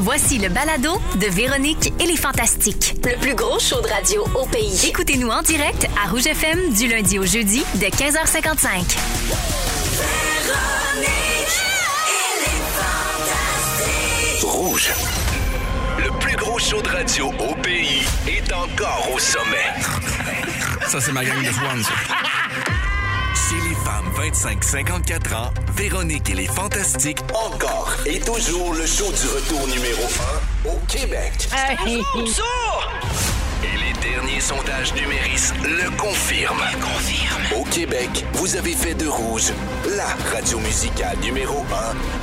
Voici le balado de Véronique et les Fantastiques. Le plus gros show de radio au pays. Écoutez-nous en direct à Rouge FM du lundi au jeudi de 15h55. Rouge. Le plus gros show de radio au pays est encore au sommet. Ça, c'est ma gang de Swan, ça. Chez les femmes 25-54 ans, Véronique et les Fantastiques, encore et toujours le show du retour numéro 1 au Québec. Et les derniers sondages numéris le confirment. Au Québec, vous avez fait de rouge la radio musicale numéro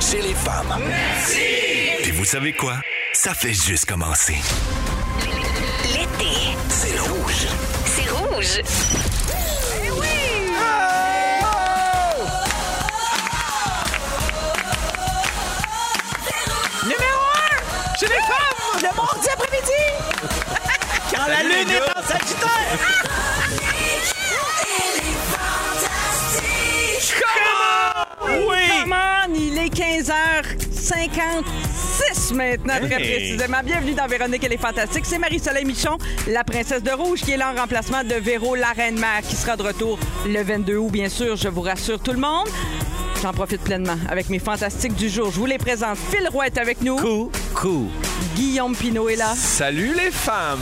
1 chez les femmes. Merci! Et vous savez quoi? Ça fait juste commencer. L'été, C'est rouge. c'est rouge. Chez les femmes, le mardi après-midi! Quand la lune est en sagittaire! Ah, Come on, il est 15h56 maintenant, très précisément. Bienvenue dans Véronique et les Fantastiques. C'est Marie-Soleil Michon, la princesse de rouge, qui est là en remplacement de Véro, la reine mère, qui sera de retour le 22 août, bien sûr. Je vous rassure tout le monde. J'en profite pleinement avec mes fantastiques du jour. Je vous les présente. Phil Roy est avec nous. Coucou! Guillaume Pinot est là. Salut les femmes!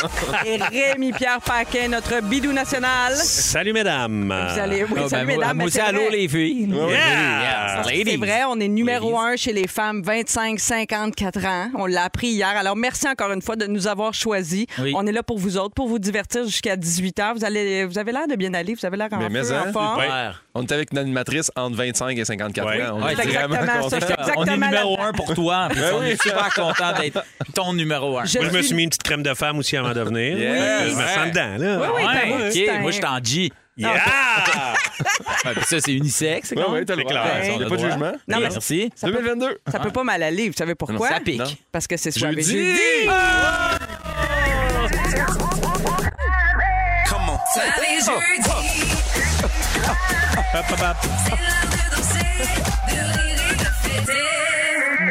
Et Rémi-Pierre Paquin, notre bidou national. Salut, mesdames! Vous allez- oui, Ah, moi- salut, mesdames, Moi mais aussi, c'est allô, vrai. les filles! Yeah! Parce que Ladies. C'est vrai, on est numéro Ladies. un chez les femmes 25-54 ans. On l'a appris hier. Alors, merci encore une fois de nous avoir choisis. Oui. On est là pour vous autres, pour vous divertir jusqu'à 18 h. Vous, allez, vous avez l'air de bien aller, vous avez l'air en, Mais, mais, feu, en hein? forme. Ouais. On est avec une animatrice entre 25 et 54 Ouais. ans. On Ouais, est C'est vraiment exactement ça. contents. C'est exactement On est numéro là-dedans. un pour toi. puis on est super content d'être ton numéro un. Je Moi, je me suis- suis mis une petite crème de femme aussi avant de venir. Yeah. Je me Ouais. sens dedans, là. Ben Oui, oui, Ouais, t'as vu, c'est un- ok, moi je suis en G. Yeah! Ouais, puis ça, c'est unisexe. Ouais, ouais, t'as le C'est droit. clair. Il n'y a pas de jugement. Non, mais- Merci. Ça peut, 2022. ça peut pas mal aller. Vous savez pourquoi? Ça pique. Non. Parce que c'est ce jeudi. Jeudi.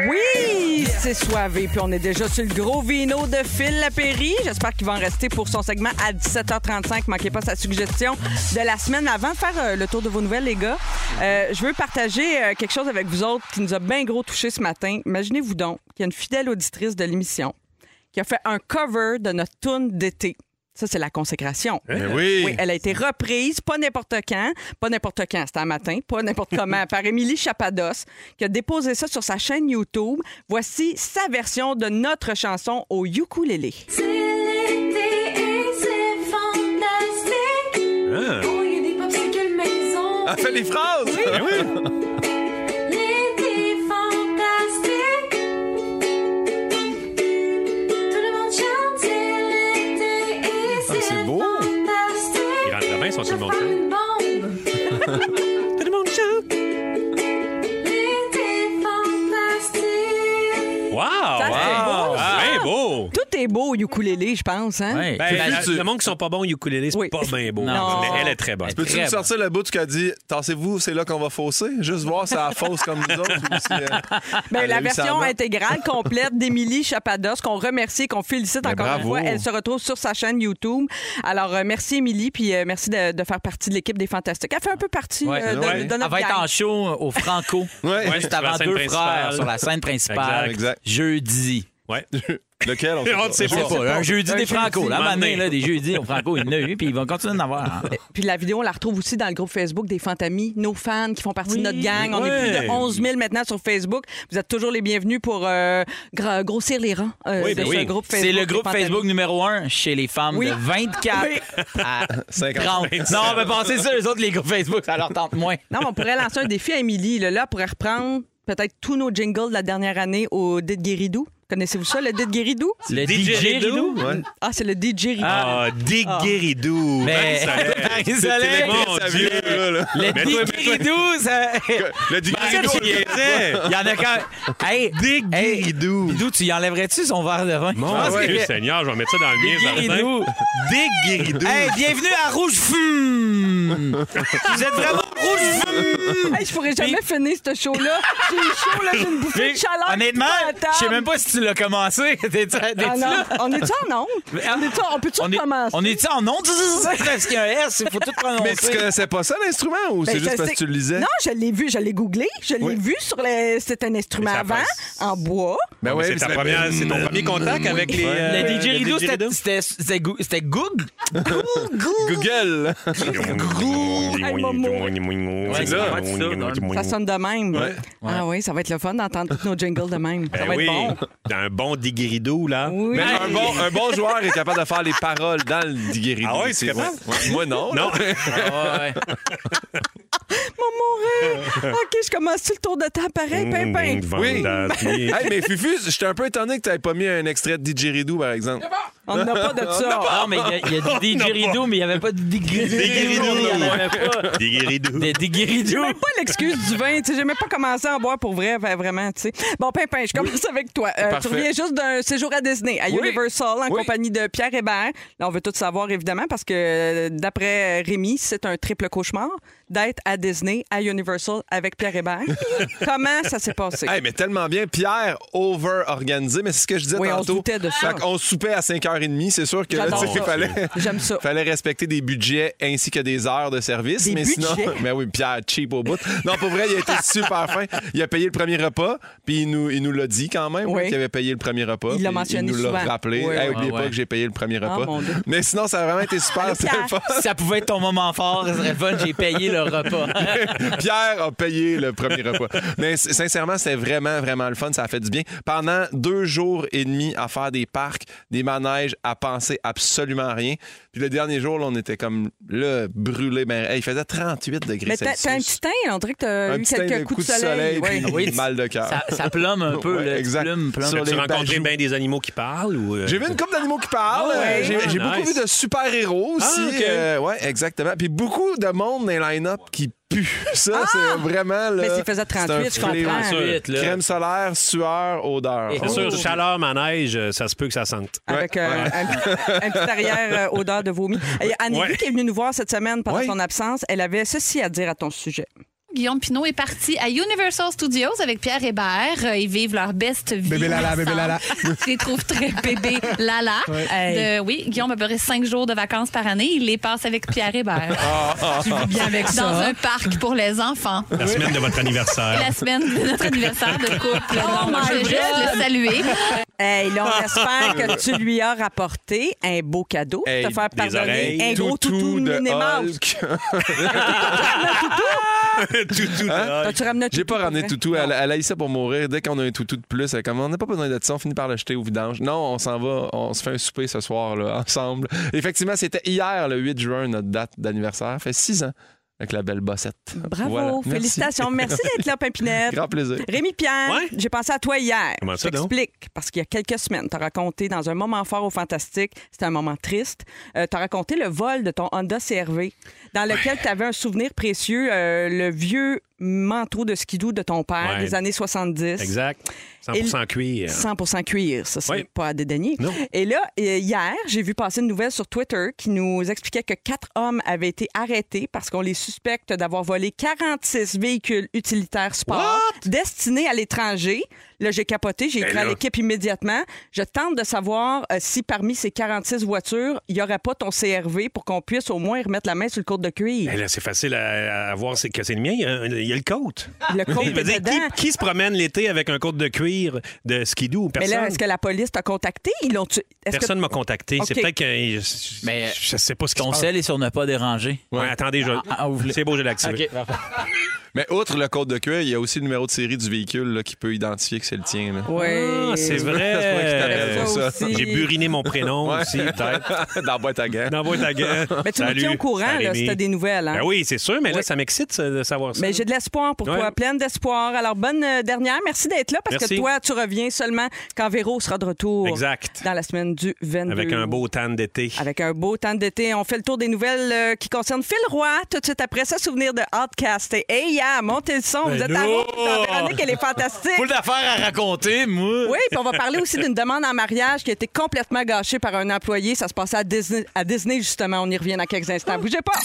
Oui, c'est soivé. Puis on est déjà sur le gros vino de Phil Lapéry. J'espère qu'il va en rester pour son segment à 17h35. Manquez pas sa suggestion de la semaine. Avant de faire euh, le tour de vos nouvelles, les gars, euh, je veux partager euh, quelque chose avec vous autres qui nous a bien gros touché ce matin. Imaginez-vous donc qu'il y a une fidèle auditrice de l'émission qui a fait un cover de notre tune d'été. Ça, c'est la consécration. Mais oui. Oui, elle a été reprise, pas n'importe quand, pas n'importe quand, c'était un matin, pas n'importe comment, par Émilie Chapados, qui a déposé ça sur sa chaîne YouTube. Voici sa version de notre chanson au ukulélé. C'est l'été et c'est fantastique. Oh, il y a des popsicles maison. Elle fait les phrases! L'été fantastique. Tout le monde chante. C'est Ah, l'été et c'est Ah, c'est beau. Euh, fantastique. Ils rentrent bien, ils sont sur le Ça monde fait chante. une bombe. Tout le monde chante. L'été fantastique. Wow! Ça, c'est beau. Ah, bien beau! Tout est beau au ukulélé, je pense, hein? Ouais. Ben, Ben, la- le monde qui sont pas bons au ukulélé, c'est Oui. pas bien beau. Non. Mais elle est très bonne. Peux-tu Très nous bon. sortir le bout de ce qu'elle a dit? Tassez-vous, c'est là qu'on va fausser. Juste voir si elle fausse comme nous autres. ou si, euh, Ben, elle a la eu version sa- intégrale, complète d'Émilie Chapados, qu'on remercie, qu'on félicite Ben, encore une bravo. fois. Elle se retrouve sur sa chaîne YouTube. Alors, euh, merci Émilie, puis euh, merci de, de faire partie de l'équipe des Fantastiques. Elle fait un peu partie Ouais. euh, de, Ouais. de notre Elle va être gang. en show euh, au Franco. Ouais. Juste sur la avant scène deux principale. frères sur la scène principale. Exact, exact. Jeudi. Ouais. Lequel? On On ne sait Je sais pas. pas, hein. un jeudi Un des jeudi. Franco. Là, Un moment maintenant, donné. là, des jeudis au Franco, il y en a eu, puis ils vont continuer d'en avoir. hein. Puis la vidéo, on la retrouve aussi dans le groupe Facebook des Fantamis, nos fans qui font partie de notre gang. On est plus Ouais. de 11 000 maintenant sur Facebook. Vous êtes toujours les bienvenus pour euh, gra- grossir les rangs euh, Oui, de ben ce oui. groupe Facebook. C'est le des groupe Fantamis. Facebook numéro un chez les femmes Oui. de 24 à 50. 30. Non, mais pensez ça, les autres, les groupes Facebook, ça leur tente moins. Non, mais on pourrait lancer un défi à Émilie. Là, là, on pourrait reprendre peut-être tous nos jingles de la dernière année au Did Guéridou. Connaissez-vous ça, le didgeridoo? Le didgeridoo? Ouais. Ah, c'est le didgeridoo. Ah, didgeridoo. Ah. Mais- Ben, Marie-Soleil. Marie-Soleil. Mon Ça Dieu. vient, là, là. Le Mais toi, mais toi- didgeridoo, ça... Le Ben, didgeridoo, tu niaisais. Il y en a quand... Hey, hey, Didgeridoo. Bidou, tu y enlèverais-tu son verre de vin? Je Mon pense que- Dieu Seigneur, je vais mettre ça dans le mien, certain. Didgeridoo. Didgeridoo. Hey, bienvenue à Rouge Fume! Vous êtes vraiment Rouge Fume! Hey, je pourrais jamais finir ce show-là. J'ai chaud, là, j'ai une bouffée de chaleur. Honnêtement, qui est pas à je sais table. même pas si tu l'as commencé. T'es-tu t'es-tu Ah non, là? on est-tu en honte? On, est-tu- on peut-tu On est, recommencer? on est en nom parce qu'il y a un S, il faut tout prononcer. Mais tu connaissais pas ça, l'instrument, ou Ben, c'est je juste parce sais- que tu le lisais? Non, je l'ai vu, je l'ai googlé, je l'ai Oui. vu sur le. C'est un instrument Mais ça avant, passe. en bois. Ben Mais ouais, c'est mais ta la- première- c'est ton premier contact avec les, euh, le DJ Rideau, le didgeridoo? c'était c'était Gou- c'était Goog. Google. Hey, Ouais, C'est ça, ça. ouais, c'est ça, dans le- Ça sonne de même. Ouais. Ah oui, ça va être le fun d'entendre tous nos jingles de même. Ça Ben va être oui. bon. T'as un bon didgeridoo, là. Oui. Mais un bon, un bon joueur est capable de faire les paroles dans le didgeridoo. Ah ouais, c'est vrai. capable? Ouais. Moi, non. Non. là. Mon rêve. OK, je commence le tour de table Mmh, pareil, Mmh, pain, pain. Oui. Vendredi. Hey, mais Fufu, j'étais un peu étonné que t'avais pas mis un extrait de didgeridoo, par exemple. On n'a pas de ça. Non, mais il y, a- il y a du Rideau, mais il n'y avait pas de Didgeridoo. Didgeridoo. Il n'y en avait pas. Didgeridoo. Des J'ai Didgeridoo. même pas l'excuse du vin, tu sais, j'ai même pas commencé à en boire pour vrai, fait, vraiment, tu sais. Bon, Pimpin, je commence avec toi. Euh, tu Parfait. reviens juste d'un séjour à Disney, à Oui. Universal, en Oui. compagnie de Pierre Hébert. Là, on veut tout savoir, évidemment, parce que euh, d'après Rémi, c'est un triple cauchemar d'être à Disney, à Universal, avec Pierre Hébert. Comment ça s'est passé? Hey, mais tellement bien. Pierre, over-organisé, mais c'est ce que je disais Oui, on se tantôt. doutait de ça. Fait qu'on soupait à 5h30, c'est sûr que J'adore tu sais, ça. fallait... J'aime ça. fallait respecter des budgets ainsi que des heures de service. Des mais sinon, budgets? mais oui, Pierre, cheap au bout. Non, pour vrai, il a été super fin. Il a payé le premier repas, puis il nous, il nous l'a dit quand même Oui. là, qu'il avait payé le premier repas. Il l'a puis mentionné Il nous l'a souvent. rappelé. Oui, Hey, oui. oubliez Ah, pas ouais. que j'ai payé le premier Ah, repas. mon Dieu. mais sinon, ça a vraiment été super. c'était le Pierre. fun. Ça pouvait être ton moment fort, ça serait fun, j'ai payé le repas. Pierre a payé le premier repas. Mais s- sincèrement, c'était vraiment, vraiment le fun. Ça a fait du bien. Pendant deux jours et demi à faire des parcs, des manèges, à penser absolument à rien. Puis le dernier jour, là, on était comme là, brûlé. Ben, hey, il faisait 38 degrés Mais t'as Celsius. t'as un petit teint, on dirait que t'as Un eu petit teint quelques de coups de soleil. puis oui. Oui, mal de cœur. Ça, ça plombe un peu, Ouais, le exact. plume, plombe. Sur Tu les rencontré bajoux. bien des animaux qui parlent ou. euh, J'ai vu une couple d'animaux qui parlent. Ah ouais, j'ai j'ai nice. beaucoup vu de super-héros aussi. Ah, ok. Euh, ouais, exactement. Puis beaucoup de monde dans les line-up qui pue. Ça, c'est vraiment. Ah! Là, Mais s'il faisait c'est un 38, je fléau. comprends. Ensuite, là. Crème solaire, sueur, odeur. Et Oh. C'est sûr, chaleur, manège, euh, ça se peut que ça sente. avec euh, un, un petit arrière euh, odeur de vomi. Et Annie Ouais. qui est venue nous voir cette semaine pendant Ouais. son absence, elle avait ceci à dire à ton sujet. Guillaume Pinot est parti à Universal Studios avec Pierre Hébert. Euh, Ils vivent leur best vie. Bébé Lala, ensemble. bébé Lala. Je les trouve très bébé Lala. Euh, oui, Guillaume a peu près cinq jours de vacances par année. Il les passe avec Pierre Hébert. bien avec Dans un parc pour les enfants. La semaine de votre anniversaire. La semaine de notre anniversaire de couple. Oh Donc, my je veux juste God. le saluer. Hey, là, on espère que tu lui as rapporté un beau cadeau pour Hey, te faire des pardonner. oreilles, Un gros toutou de Minnie Mouse. Hulk. Hein? Toutou. T'as-tu ramené un toutou J'ai pas pour ramené vrai? toutou. Elle, elle a eu ça pour mourir. Dès qu'on a un toutou de plus, elle est comme on n'a pas besoin de ça, on finit par l'acheter au vidange. Non, on s'en va, on se fait un souper ce soir là, ensemble. Effectivement, c'était hier, le 8 juin, notre date d'anniversaire. fait six ans avec la belle bossette. Bravo, Voilà. Merci. félicitations. Merci d'être là, Pimpinette. Grand plaisir. Rémi Pierre, Ouais. j'ai pensé à toi hier. Comment je ça, donc? t'explique. Parce qu'il y a quelques semaines, tu as raconté dans un moment fort au Fantastique, c'était un moment triste, tu as raconté le vol de ton Honda CRV, dans lequel tu avais un souvenir précieux, euh, le vieux manteau de skidoo de ton père Ouais. des années 70. Exact. 100% cuir. 100 cuir, ça, c'est Oui. pas à dédaigner. Non. Et là, euh, hier, j'ai vu passer une nouvelle sur Twitter qui nous expliquait que quatre hommes avaient été arrêtés parce qu'on les suspecte d'avoir volé 46 véhicules utilitaires sport destinés à l'étranger. Là, j'ai capoté, j'ai écrit à là. l'équipe immédiatement. Je tente de savoir euh, si parmi ces 46 voitures, il n'y aurait pas ton CRV pour qu'on puisse au moins remettre la main sur le côte de cuir. Eh là, c'est facile à, à voir c'est que c'est le mien. Il y a, il y a le côte. Le côte Je veux est dire, dedans. qui, qui se promène l'été avec un côte de cuir de skidoo? Mais Personne. là, est-ce que la police t'a contacté? Ils l'ont tu- est-ce que- Personne m'a contacté. Ok. C'est peut-être que. Je, Mais, je sais pas ce qu'on Ton sait. sel est sur ne pas déranger. Ouais, attendez, je. Ah, ah, ouvre-le. c'est beau, je l'ai activé. OK, parfait. Mais outre le code de cuir, il y a aussi le numéro de série du véhicule là, qui peut identifier que c'est le tien. là. Ouais. Ah, c'est Ben, vrai. Ça aussi. J'ai buriné mon prénom Ouais. aussi, peut-être. Dans la boîte à gants. Dans la boîte à gants. Mais tu nous Salut, tiens au courant là, Jérémy. si t'as des nouvelles. hein. Ben oui, c'est sûr, mais là, ça m'excite ça, de savoir ça. Mais j'ai de l'espoir pour Ouais. toi, pleine d'espoir. Alors, bonne euh, dernière. Merci d'être là parce Merci. que toi, tu reviens seulement quand Véro sera de retour. Exact. Dans la semaine du 22. Avec un beau temps d'été. Avec un beau temps d'été. On fait le tour des nouvelles euh, qui concernent Phil Roy. Tout de suite après ça, souvenir de Outcast. Et hey, yeah, montez le son. Ben Vous êtes là! à rouge. Véronique, elle est fantastique. Full d'affaires à raconter, moi. Oui, puis on va parler aussi d'une demande en mariage qui a été complètement gâchée par un employé. Ça se passait à Disney, à Disney justement. On y revient dans quelques instants. Bougez pas!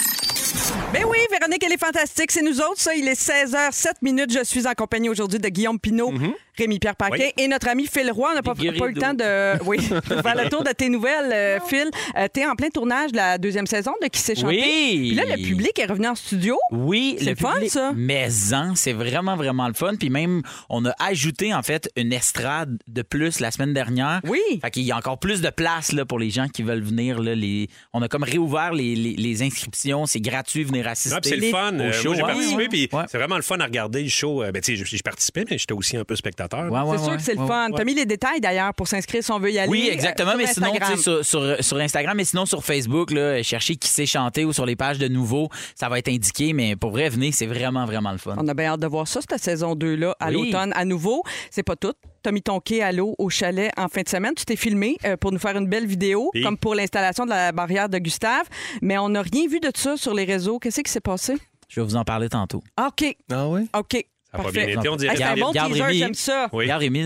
Ben oui, Véronique, elle est fantastique. C'est nous autres, ça. Il est 16h07 minutes. Je suis en compagnie aujourd'hui de Guillaume Pinault, Rémi-Pierre Paquin et notre ami Phil Roy. On n'a pas, Mm-hmm. Des pas eu le guéridons. temps de, oui, de faire le tour de tes nouvelles, euh, Phil. Euh, T'es en plein tournage de la deuxième saison de Qui s'est chanté. Oui. Puis là, le public est revenu en studio. Oui, C'est le fun, public ça. Maison, c'est vraiment, vraiment le fun. Puis même, on a ajouté, en fait, une estrade de plus la semaine dernière. Oui. Fait qu'il y a encore plus de place là, pour les gens qui veulent venir. Là, les... On a comme réouvert les, les- les inscriptions. C'est gratuit, venir assister. Ah, puis c'est le fun. au Euh, show, moi, j'ai hein. participé, puis Ouais. c'est vraiment le fun à regarder le show. Euh, Ben, tu sais, je, je participais, mais j'étais aussi un peu spectateur. Ouais, ouais, C'est sûr ouais, que c'est le ouais, fun. ouais. T'as mis les détails d'ailleurs pour s'inscrire si on veut y aller. Oui, euh, exactement. sur mais sinon, tu Instagram. sais, sur, sur, sur Instagram, mais sinon sur Facebook, là, cherchez qui sait chanter ou sur les pages de nouveau, ça va être indiqué. Mais pour vrai, venez, c'est vraiment, vraiment le fun. On a bien hâte de voir ça, cette saison 2-là, à Oui. l'automne, à nouveau. C'est pas tout. T'as mis ton quai à l'eau au chalet en fin de semaine. Tu t'es filmé euh, pour nous faire une belle vidéo, Oui. comme pour l'installation de la barrière de Gustave. Mais on n'a rien vu de ça sur les réseaux. Qu'est-ce qui s'est passé? Je vais vous en parler tantôt. Ah, OK. Ah oui? OK. Ça va Parfait. bien été, on dirait. Hey, c'est un bon Regarde, teaser, Rémi. j'aime ça. Oui. Regarde, Rémi,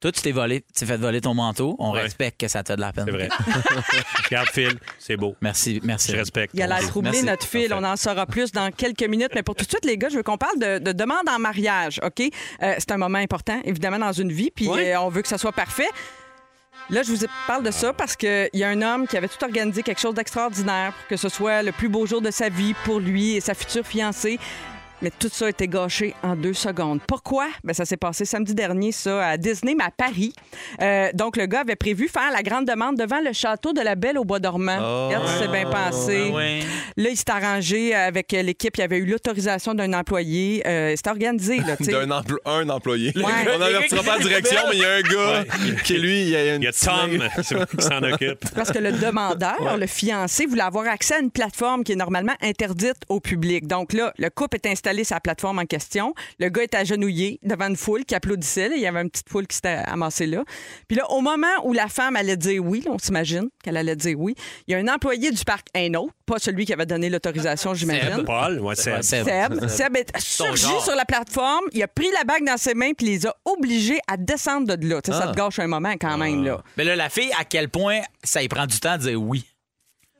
toi, tu t'es volé, tu t'es fait voler ton manteau. On Ouais. respecte que ça t'a de la peine. C'est vrai. Regarde, Phil, c'est beau. Merci, merci. Je respecte. Il a l'air Merci. troublé, Merci. notre fil. On en saura plus dans quelques minutes. Mais pour tout de suite, les gars, je veux qu'on parle de, de demande en mariage, OK? Euh, c'est un moment important, évidemment, dans une vie, puis Ouais. euh, on veut que ça soit parfait. Là, je vous parle de ça parce qu'il y a un homme qui avait tout organisé, quelque chose d'extraordinaire, pour que ce soit le plus beau jour de sa vie pour lui et sa future fiancée. Mais tout ça a été gâché en deux secondes. Pourquoi? Ben, ça s'est passé samedi dernier, ça, à Disney, mais à Paris. Euh, donc, le gars avait prévu faire la grande demande devant le château de la Belle au Bois dormant. Regarde si Ah, c'est bien Ah pensé. Ah, Là, il s'est arrangé avec l'équipe. Il y avait eu l'autorisation d'un employé. Euh, C'était organisé, là, tu sais. D'un empl- un employé. Ouais. On n'avertira pas la direction, mais il y a un gars qui, lui, il y a une. Il y a Tom qui s'en occupe. Parce que le demandeur, le fiancé, voulait avoir accès à une plateforme qui est normalement interdite au public. Donc là, le couple est installé sur la plateforme en question. Le gars est agenouillé devant une foule qui applaudissait. là. Il y avait une petite foule qui s'était amassée là. Puis là, au moment où la femme allait dire oui, là, on s'imagine qu'elle allait dire oui, il y a un employé du parc, un autre, pas celui qui avait donné l'autorisation, j'imagine. Paul, ouais, c'est. Ouais, c'est- Seb. Seb est surgi genre. sur la plateforme. Il a pris la bague dans ses mains puis les a obligés à descendre de là. Tu sais, Ah. Ça te gâche un moment quand même. Là. Mais là, la fille, à quel point ça y prend du temps de dire oui?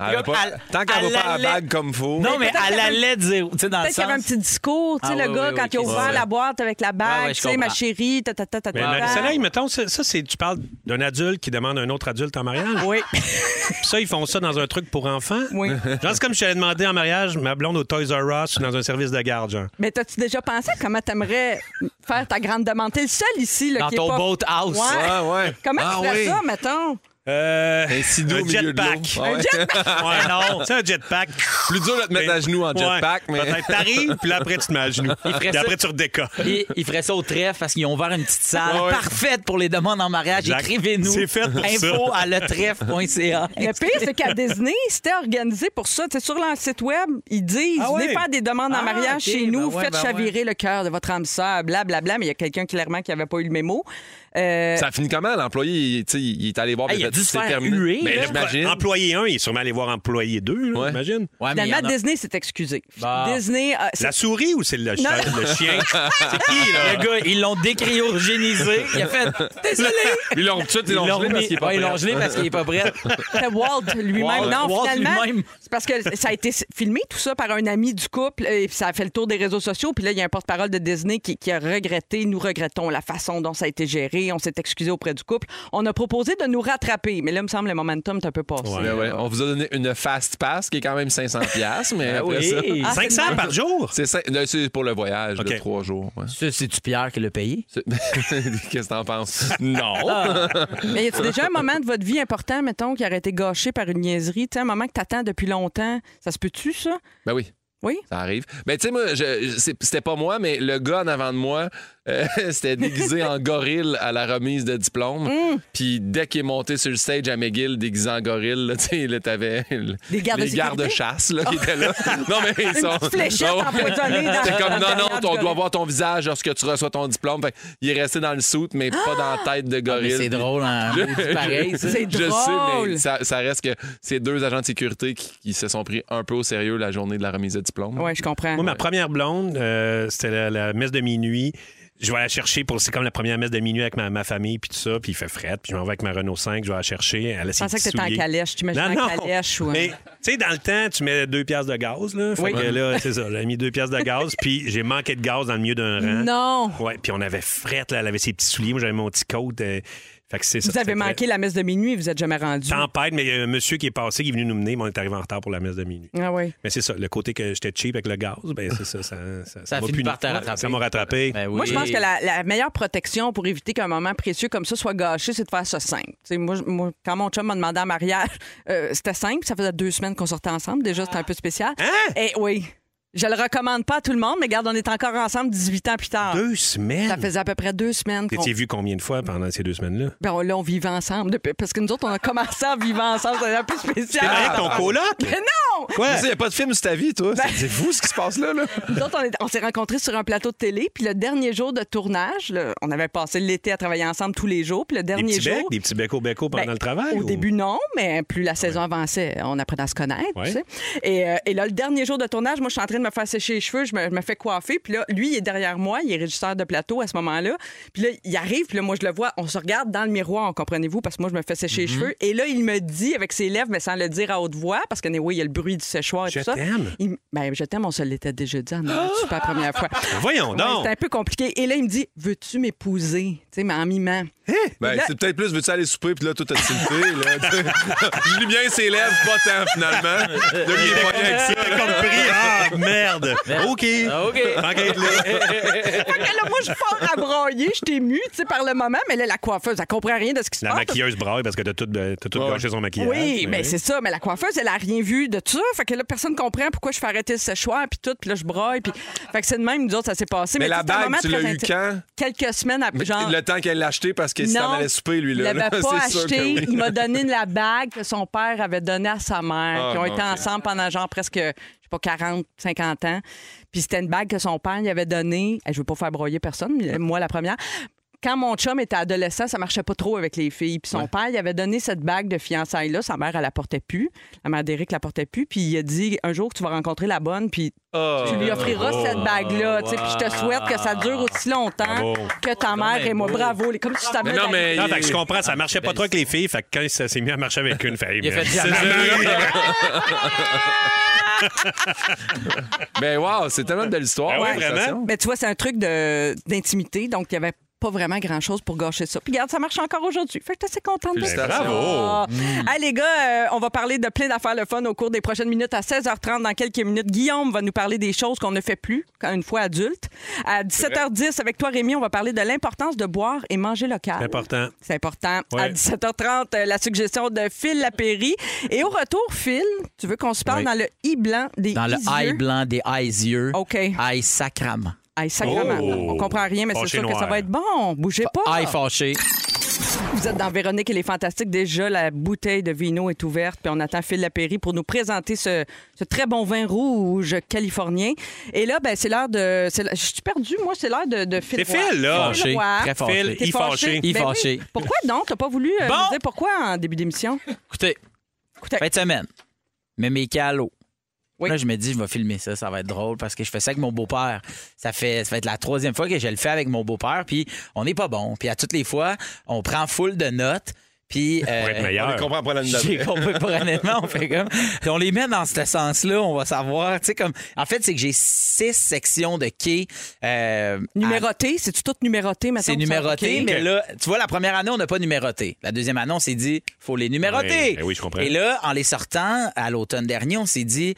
Elle a pas- Elle- Tant qu'elle elle va pas à la allait- bague comme faut. Non, mais peut-être qu'il elle y avait- allait dire. Tu sais, dans le Peut-être qu'il y avait un sens. petit discours, tu sais, Ah, le oui, gars, oui, quand oui, il a ok, ouvert ouais. la boîte avec la bague, Ouais, ouais, je tu sais, ma comprends. chérie, ta ta ta ta Mais ta, ta. Marie-Soleil, mettons, ça, ça, c'est, tu parles d'un adulte qui demande à un autre adulte en mariage. Oui. Puis ça, ils font ça dans un truc pour enfants. Oui. Genre, c'est comme je t'avais demandé en mariage ma blonde au Toys R Us ou dans un service de garde, genre. Mais t'as-tu déjà pensé à comment t'aimerais faire ta grande demande? T'es le seul ici, là, Dans qui est ton pas- boat house. Ouais. Ah, ouais. Comment ah, tu fais oui. ça, mettons? Euh, Un sido au un milieu de l'eau. jetpack. Ah ouais. Ouais, non. C'est un jetpack. Plus dur de te Ben, mettre à genoux en Ouais. jetpack, mais. Peut-être t'arrives, puis là, après, tu te mets à genoux. ferait Puis ça. après, tu redécolles. Et ils feraient ça au trèfle parce qu'ils ont ouvert une petite salle Ouais, ouais. parfaite pour les demandes en mariage. Exact. Écrivez-nous. C'est fait pour ça. Info à letrèfle.ca. Le pire, c'est qu'à Disney, c'était organisé pour ça. Tu sais, sur leur site web, ils disent Ah venez ouais? faire des demandes en Ah, mariage ok, chez nous, ben ouais, faites ben chavirer le cœur de votre âme sœur, blablabla. Mais il y a quelqu'un clairement qui n'avait pas eu le mémo. Euh, Ça finit comment? L'employé, il, tu sais, il est allé voir, Ah, puis il a fait, dû se c'est faire terminé. huer, Mais là. j'imagine. Employé 1, il est sûrement allé voir employé 2, là, Ouais. j'imagine. Ouais, mais il y Finalement, en a- Bah. Disney s'est excusé. Bon. Disney. a- La souris ou c'est le, chien? le chien? C'est qui, là? Le gars, ils l'ont décryogénisé. Il a fait Désolé. Ils l'ont tout, ils l'ont gelé parce qu'il est pas Ouais, ils l'ont prêt. gelé parce qu'il est pas prêt. C'était Walt lui-même. Walt. non, Walt finalement, lui-même. c'est parce que ça a été filmé, tout ça, par un ami du couple, et puis ça a fait le tour des réseaux sociaux. Puis là, il y a un porte-parole de Disney qui, qui a regretté, nous regrettons la façon dont ça a été géré, on s'est excusé auprès du couple. On a proposé de nous rattraper, mais là, il me semble, le momentum est un peu passé. Ouais, Ben, ouais. On vous a donné une fast pass qui est quand même 500 piastres, mais après ça, Ah Ben Oui. 500 par jour? c'est cin- là, c'est pour le voyage de Ok. trois jours. ouais. Ça, c'est-tu Pierre qui l'a payé? C'est- Qu'est-ce que t'en penses? Ah, Non. Mais y a déjà un moment de votre vie important, mettons, qui aurait été gâché par une niaiserie? Tu sais, un moment que t'attends depuis longtemps, ça se peut-tu, ça? Ben oui. Oui. Ça arrive. Ben, tu sais, moi, je- je- c'est- c'était pas moi, mais le gars en avant de moi, euh, c'était déguisé en gorille à la remise de diplôme. Mm. Puis dès qu'il est monté sur le stage à McGill, déguisé en gorille, là, tu sais, là, t'avais le- Des gardes de les gardes-chasse là, qui étaient là. Non, mais ils Une sont. petite fléchette Ah ouais. empoisonnée dans- C'était comme, dans non, le non, derrière du on gorille. doit voir ton visage lorsque tu reçois ton diplôme. Fait, il est resté dans le suit, mais pas dans Ah! la tête de gorille. Ah, mais c'est drôle, hein, Je- maudit pareil, ça. C'est Je sais, mais drôle. ça, ça reste que c'est deux agents de sécurité qui, qui se sont pris un peu au sérieux la journée de la remise de diplôme. Oui, je comprends. Moi, ma première blonde, euh, c'était la, la messe de minuit. Je vais la chercher pour. C'est comme la première messe de minuit avec ma, ma famille, puis tout ça, puis il fait fret, puis je m'en vais avec ma Renault 5, je vais la chercher. Elle Je a ses pensais que petits t'étais en souliers. calèche. Tu m'imagines Non, en non. calèche ou. Mais, tu sais, dans le temps, tu mets deux piastres de gaz, là. Fait Oui. que là, c'est ça. J'ai mis deux piastres de gaz, puis j'ai manqué de gaz dans le milieu d'un rang. Non. Ouais, puis on avait fret, là. Elle avait ses petits souliers. Moi, j'avais mon petit coat. euh, fait que c'est ça. Vous avez C'était très- manqué la messe de minuit, vous êtes jamais rendu. Tempête, mais il y a un monsieur qui est passé, qui est venu nous mener, mais on est arrivé en retard pour la messe de minuit. Ah oui. Mais c'est ça, le côté que j'étais cheap avec le gaz, ben c'est ça, ça, ça, Ça m'a finit puni. par te rattraper. Ben Ça m'a rattrapé. Moi, je pense que la, la meilleure protection pour éviter qu'un moment précieux comme ça soit gâché, c'est de faire ça simple. Tu sais, moi, je- moi, quand mon chum m'a demandé en mariage, euh, c'était simple. Ça faisait deux semaines qu'on sortait ensemble. Déjà, c'était un peu spécial. Hein? Et oui. Je le recommande pas à tout le monde, mais regarde, on est encore ensemble 18 ans plus tard. Deux semaines? Ça faisait à peu près deux semaines qu'on... T'étais vu combien de fois pendant ces deux semaines-là? Ben, on- là, on vivait ensemble. depuis- Parce que nous autres, on a commencé à vivre ensemble. C'était un peu spécial. Ah! T'es marié avec ton coloc? Mais non! Ah, Tu sais, Il n'y a pas de film sur ta vie, toi. Ben C'est- C'est fou ce qui se passe là. là. Nous autres, on est- on s'est rencontrés sur un plateau de télé, puis le dernier jour de tournage, là, on avait passé l'été à travailler ensemble tous les jours, puis le Des dernier petits jour... becs, des petits becs au beco pendant Ben, le travail? Au ou- début, non, mais plus la saison avançait, on apprenait à se connaître. tu Ouais. sais. Et, euh, et là, le dernier jour de tournage, moi, je suis en train de me faire sécher les cheveux, je me, je me fais coiffer. Puis là, lui, il est derrière moi, il est régisseur de plateau à ce moment-là. Puis là, il arrive, puis là, moi, je le vois, on se regarde dans le miroir, comprenez-vous, parce que moi, je me fais sécher les Mm-hmm. Mhm. cheveux. Et là, il me dit avec ses lèvres, mais sans le dire à haute voix, parce que, oui, il y a le bruit du séchoir et Je tout ça. t'aime. Il- ben, je t'aime, on se l'était déjà dit en ondes, super première fois. voyons Ouais, donc. C'était un peu compliqué. Et là, il me dit Veux-tu m'épouser Tu sais, mais en mimant. Ben, Là- c'est peut-être plus, veux-tu aller souper, puis là, tout a tilté. là. Je lis bien ses lèvres, pas tant, finalement. Là, il est poigné avec ça. compris. Ah, merde. Ben. OK. Ah, OK. Enquête, là. Fait que là, moi, je pars à broyer, je t'ai émue, tu sais, par le moment, mais là, la coiffeuse, elle comprend rien de ce qui se La passe. maquilleuse braille parce que t'as tout, euh, t'as tout gâché son maquillage. Oui, mais c'est ça. Mais la coiffeuse, elle a rien vu de tout ça. Fait que là, personne comprend pourquoi je fais arrêter le séchoir, puis tout, puis là, je broille. Puis... Fait que c'est de même, nous autres, ça s'est passé. Mais la c'était un bague, moment tu très l'as eu intime. quand? Quelques semaines après. Genre... Le temps qu'elle l'a acheté parce que si Non, t'en allais souper, lui, il là. l'avait là, pas c'est sûr que acheté. oui. Il m'a donné la bague que son père avait donnée à sa mère. Ah, qui ont été ok. ensemble pendant genre presque, je sais pas, 40, 50 ans. Puis c'était une bague que son père lui avait donnée. Eh, Je veux pas faire broyer personne, mais moi la première. Quand mon chum était adolescent, ça marchait pas trop avec les filles. Puis son père, il avait donné cette bague de fiançailles-là. Sa mère, elle la portait plus. La mère d'Éric la portait plus. Puis il a dit un jour que tu vas rencontrer la bonne, puis tu lui offriras Oh. cette bague-là. tu sais. Puis je te souhaite que ça dure aussi longtemps Ah Bravo. que ta mère et moi. Bravo. les- Comme si tu t'avais non, mais. dans- Non, fait que je comprends, ça marchait pas trop avec les filles. Fait que quand ça s'est mis à marcher avec une, fait, Ah, ben, Il a fait C'est la Ben, wow, c'est tellement de belle histoire. hein, la conversation. Mais tu vois, c'est un truc de- d'intimité, donc il n'y avait pas vraiment grand-chose pour gâcher ça. Puis regarde, ça marche encore aujourd'hui. Fait que t'es assez contente de ça. Félicitations. Bravo. Mm. Ah, les gars, euh, on va parler de plein d'affaires le fun au cours des prochaines minutes. À 16h30, dans quelques minutes, Guillaume va nous parler des choses qu'on ne fait plus quand- une fois adulte. À 17h10, avec toi, Rémi, on va parler de l'importance de boire et manger local. C'est important. C'est important. Ouais. À 17h30, euh, la suggestion de Phil Lapéry. Et au retour, Phil, tu veux qu'on se parle Oui. dans le i blanc des Dans le i-yeux? eye blanc des eyes yeux. OK. Eye sacrament. Hey, sacrement. Oh! On comprend rien, mais c'est Fâché sûr que ça noir. va être bon. Bougez pas. Eye fâché. Vous êtes dans Véronique et les Fantastiques. Déjà, la bouteille de vino est ouverte, puis on attend Phil Lapéry pour nous présenter ce, ce très bon vin rouge californien. Et là, ben, c'est l'heure de. c'est la- Je suis perdue, moi, c'est l'heure de, de Phil. C'est Roy. Phil, là. Fâché, Roy. très fâché. Phil, T'es il fâché. Il Ben oui. fâché. Pourquoi donc? T'as pas voulu euh, nous dire pourquoi en début d'émission? Écoutez, fin de semaine, mais mes calos. Là, je me dis, je vais filmer ça, ça va être drôle parce que je fais ça avec mon beau-père. Ça fait, ça va être la troisième fois que je le fais avec mon beau-père, puis on n'est pas bon. Puis à toutes les fois, on prend full de notes, puis. euh, être meilleur. On les comprend pas l'année d'après. J'ai compris pas honnêtement, on fait comme. On les met dans ce sens-là, on va savoir. Tu sais, comme. En fait, c'est que j'ai six sections de quai. euh, à- Numéroté, c'est-tu tout numéroté maintenant? c'est numéroté, mais là, tu vois, la première année, on n'a pas numéroté. La deuxième année, on s'est dit, faut les numéroter. Oui, ben oui, je comprends. Et là, en les sortant, à l'automne dernier, on s'est dit,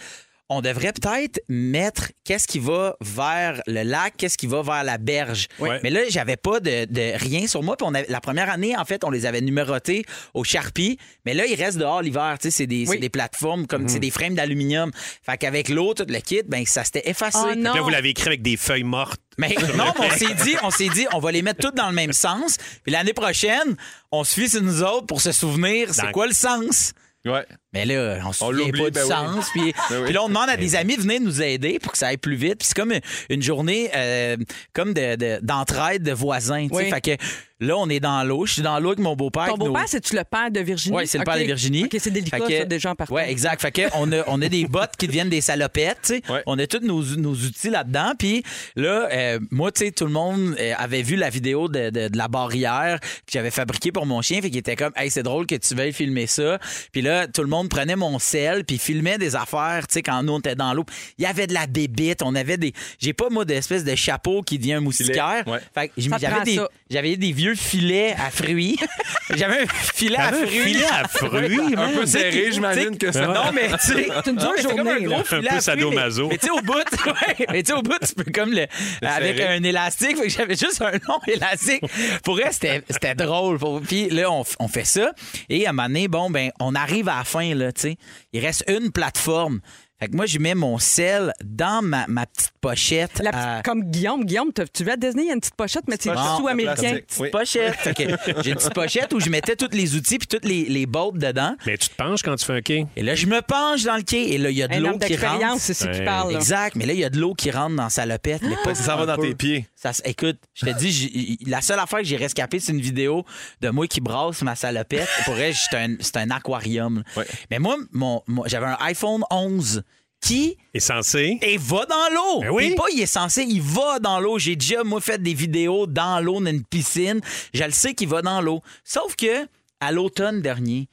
on devrait peut-être mettre qu'est-ce qui va vers le lac, qu'est-ce qui va vers la berge. Mais là, j'avais pas de, de rien sur moi. Puis on avait- la première année, en fait, on les avait numérotés au Sharpie. Mais là, ils restent dehors l'hiver. Tu sais, c'est des, c'est des plateformes, comme Mhm. c'est des frames d'aluminium. Fait qu'avec l'eau, tout le kit, ben, ça s'était effacé. Ah, Oh, Fait que Là, vous l'avez écrit avec des feuilles mortes. Mais Sur non, le mais on bec. s'est dit, on s'est dit, on va les mettre toutes dans le même sens. Puis l'année prochaine, on se fie sur nous autres pour se souvenir c'est Dans- quoi le sens. Ouais. Mais là, on se souvient l'oublie, pas ben du oui. sens. Puis, Ben oui. puis là, on demande à des amis, venez nous aider pour que ça aille plus vite. Puis c'est comme une journée euh, comme de- de- d'entraide de, voisins. tu sais. Oui. Fait que là, on est dans l'eau. Je suis dans l'eau avec mon beau-père. Ton avec nos- beau-père, c'est-tu le père de Virginie? oui, c'est le Ok. père de Virginie. OK, c'est délicat, Fait que- ça, déjà, en partant. Ouais, exact. Fait que on a, on a des bottes qui deviennent des salopettes. tu sais. On a tous nos, nos outils là-dedans. Puis là, euh, moi, tu sais, tout le monde euh, avait vu la vidéo de, de- de la barrière que j'avais fabriquée pour mon chien. Fait qu'il était comme, hey, c'est drôle que tu veuilles filmer ça. Puis là, tout le monde prenait mon sel puis filmait des affaires. Tu sais, quand nous, on était dans l'eau, il y avait de la bébite. On avait des. J'ai pas, moi, d'espèce de chapeau qui devient un moustiquaire. Fait que Ça te prend j'avais des, ça. j'avais des vieux filets à fruits. j'avais un filet à T'avais un fruits. filet à fruits, Un peu Tu sais, serré, qui- j'imagine tu que sais, ça- Non, mais tu sais, C'est une dure c'est comme journée, un gros là. filet Un peu à fruits, sadomaso. Mais mais tu sais, au bout, ouais, mais tu sais, au bout, tu peux comme le. Avec serré. un élastique. Fait que j'avais juste un long élastique. Pour elle, c'était c'était drôle. Pour- Puis là, on, f- on fait ça. Et à un moment donné, bon, ben, on arrive à la fin, là, tu sais. Il reste une plateforme. Fait que moi, je mets mon sel dans ma, ma petite euh, pochette. La petite- à- Comme Guillaume, Guillaume, t'as- tu vas à Disney, il y a une petite pochette, mais c'est pochette de sous-américain. plastique. Petite pochette. Fait que J'ai une petite pochette où je mettais tous les outils puis toutes les, les bottes dedans. Mais Ben, tu te penches quand tu fais un quai. Et là, je me penche dans le quai et là, il y a de Un l'eau homme qui rentre. d'expérience, c'est ce qui Ouais. parle. là. Exact, mais là, il y a de l'eau qui rentre dans sa lopette. mais pas Ça va un dans peu. tes pieds. Ça, se- écoute, je te dis, j'ai- la seule affaire que j'ai rescapée, c'est une vidéo de moi qui brasse ma salopette. Pour vrai, c'est un, c'est un aquarium. Mais moi, mon, mon- j'avais un iPhone 11 qui Et censé. et va dans l'eau. Ben oui. Il est pas, il est censé, il va dans l'eau. J'ai déjà, moi, fait des vidéos dans l'eau, dans une piscine. Je le sais qu'il va dans l'eau. Sauf que, à l'automne dernier,